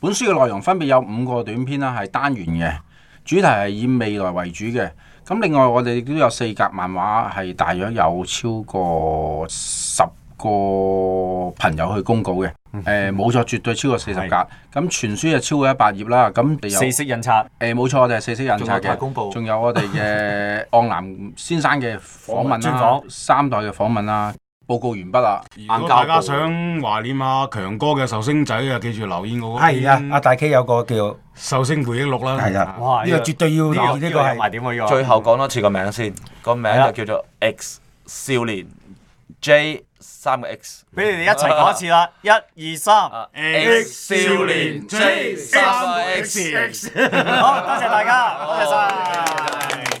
[SPEAKER 2] 本書嘅內容分別有五個短篇啦，係單元嘅，主題係以未來為主嘅。咁另外我哋亦都有四格漫畫，係大約有超過十個朋友去公稿嘅。誒冇錯，絕對超過四十格。咁全書就超過一百頁啦。咁你有
[SPEAKER 5] 四色印刷，
[SPEAKER 2] 誒冇錯，我哋係四色印
[SPEAKER 6] 仲
[SPEAKER 2] 刷
[SPEAKER 6] 有太
[SPEAKER 2] 嘅。
[SPEAKER 6] 公報。
[SPEAKER 2] 仲有我哋嘅昂南先生嘅訪問
[SPEAKER 5] 專
[SPEAKER 2] 啦
[SPEAKER 5] 訪，
[SPEAKER 2] 三代嘅訪問啦，報告完畢啦。
[SPEAKER 4] 如果大家想懷念下強哥嘅壽星仔啊，記住留言我嗰
[SPEAKER 7] 係啊，阿
[SPEAKER 4] 篇
[SPEAKER 7] 大 K 有個叫
[SPEAKER 4] 壽星回憶錄啦。
[SPEAKER 7] 係啊啦，
[SPEAKER 5] 哇！
[SPEAKER 7] 呢個絕對要留意呢個
[SPEAKER 5] 有
[SPEAKER 7] 係
[SPEAKER 5] 埋點喎？呢個
[SPEAKER 6] 最後講多次個名先，個名
[SPEAKER 5] 啊係啦
[SPEAKER 6] 就叫做 X 少年 J 三個 X
[SPEAKER 5] 俾你哋一齊講一次啦！一二三，
[SPEAKER 6] 啊
[SPEAKER 4] 少年 J
[SPEAKER 6] 三個 X。
[SPEAKER 5] 好，多謝大家，多謝晒。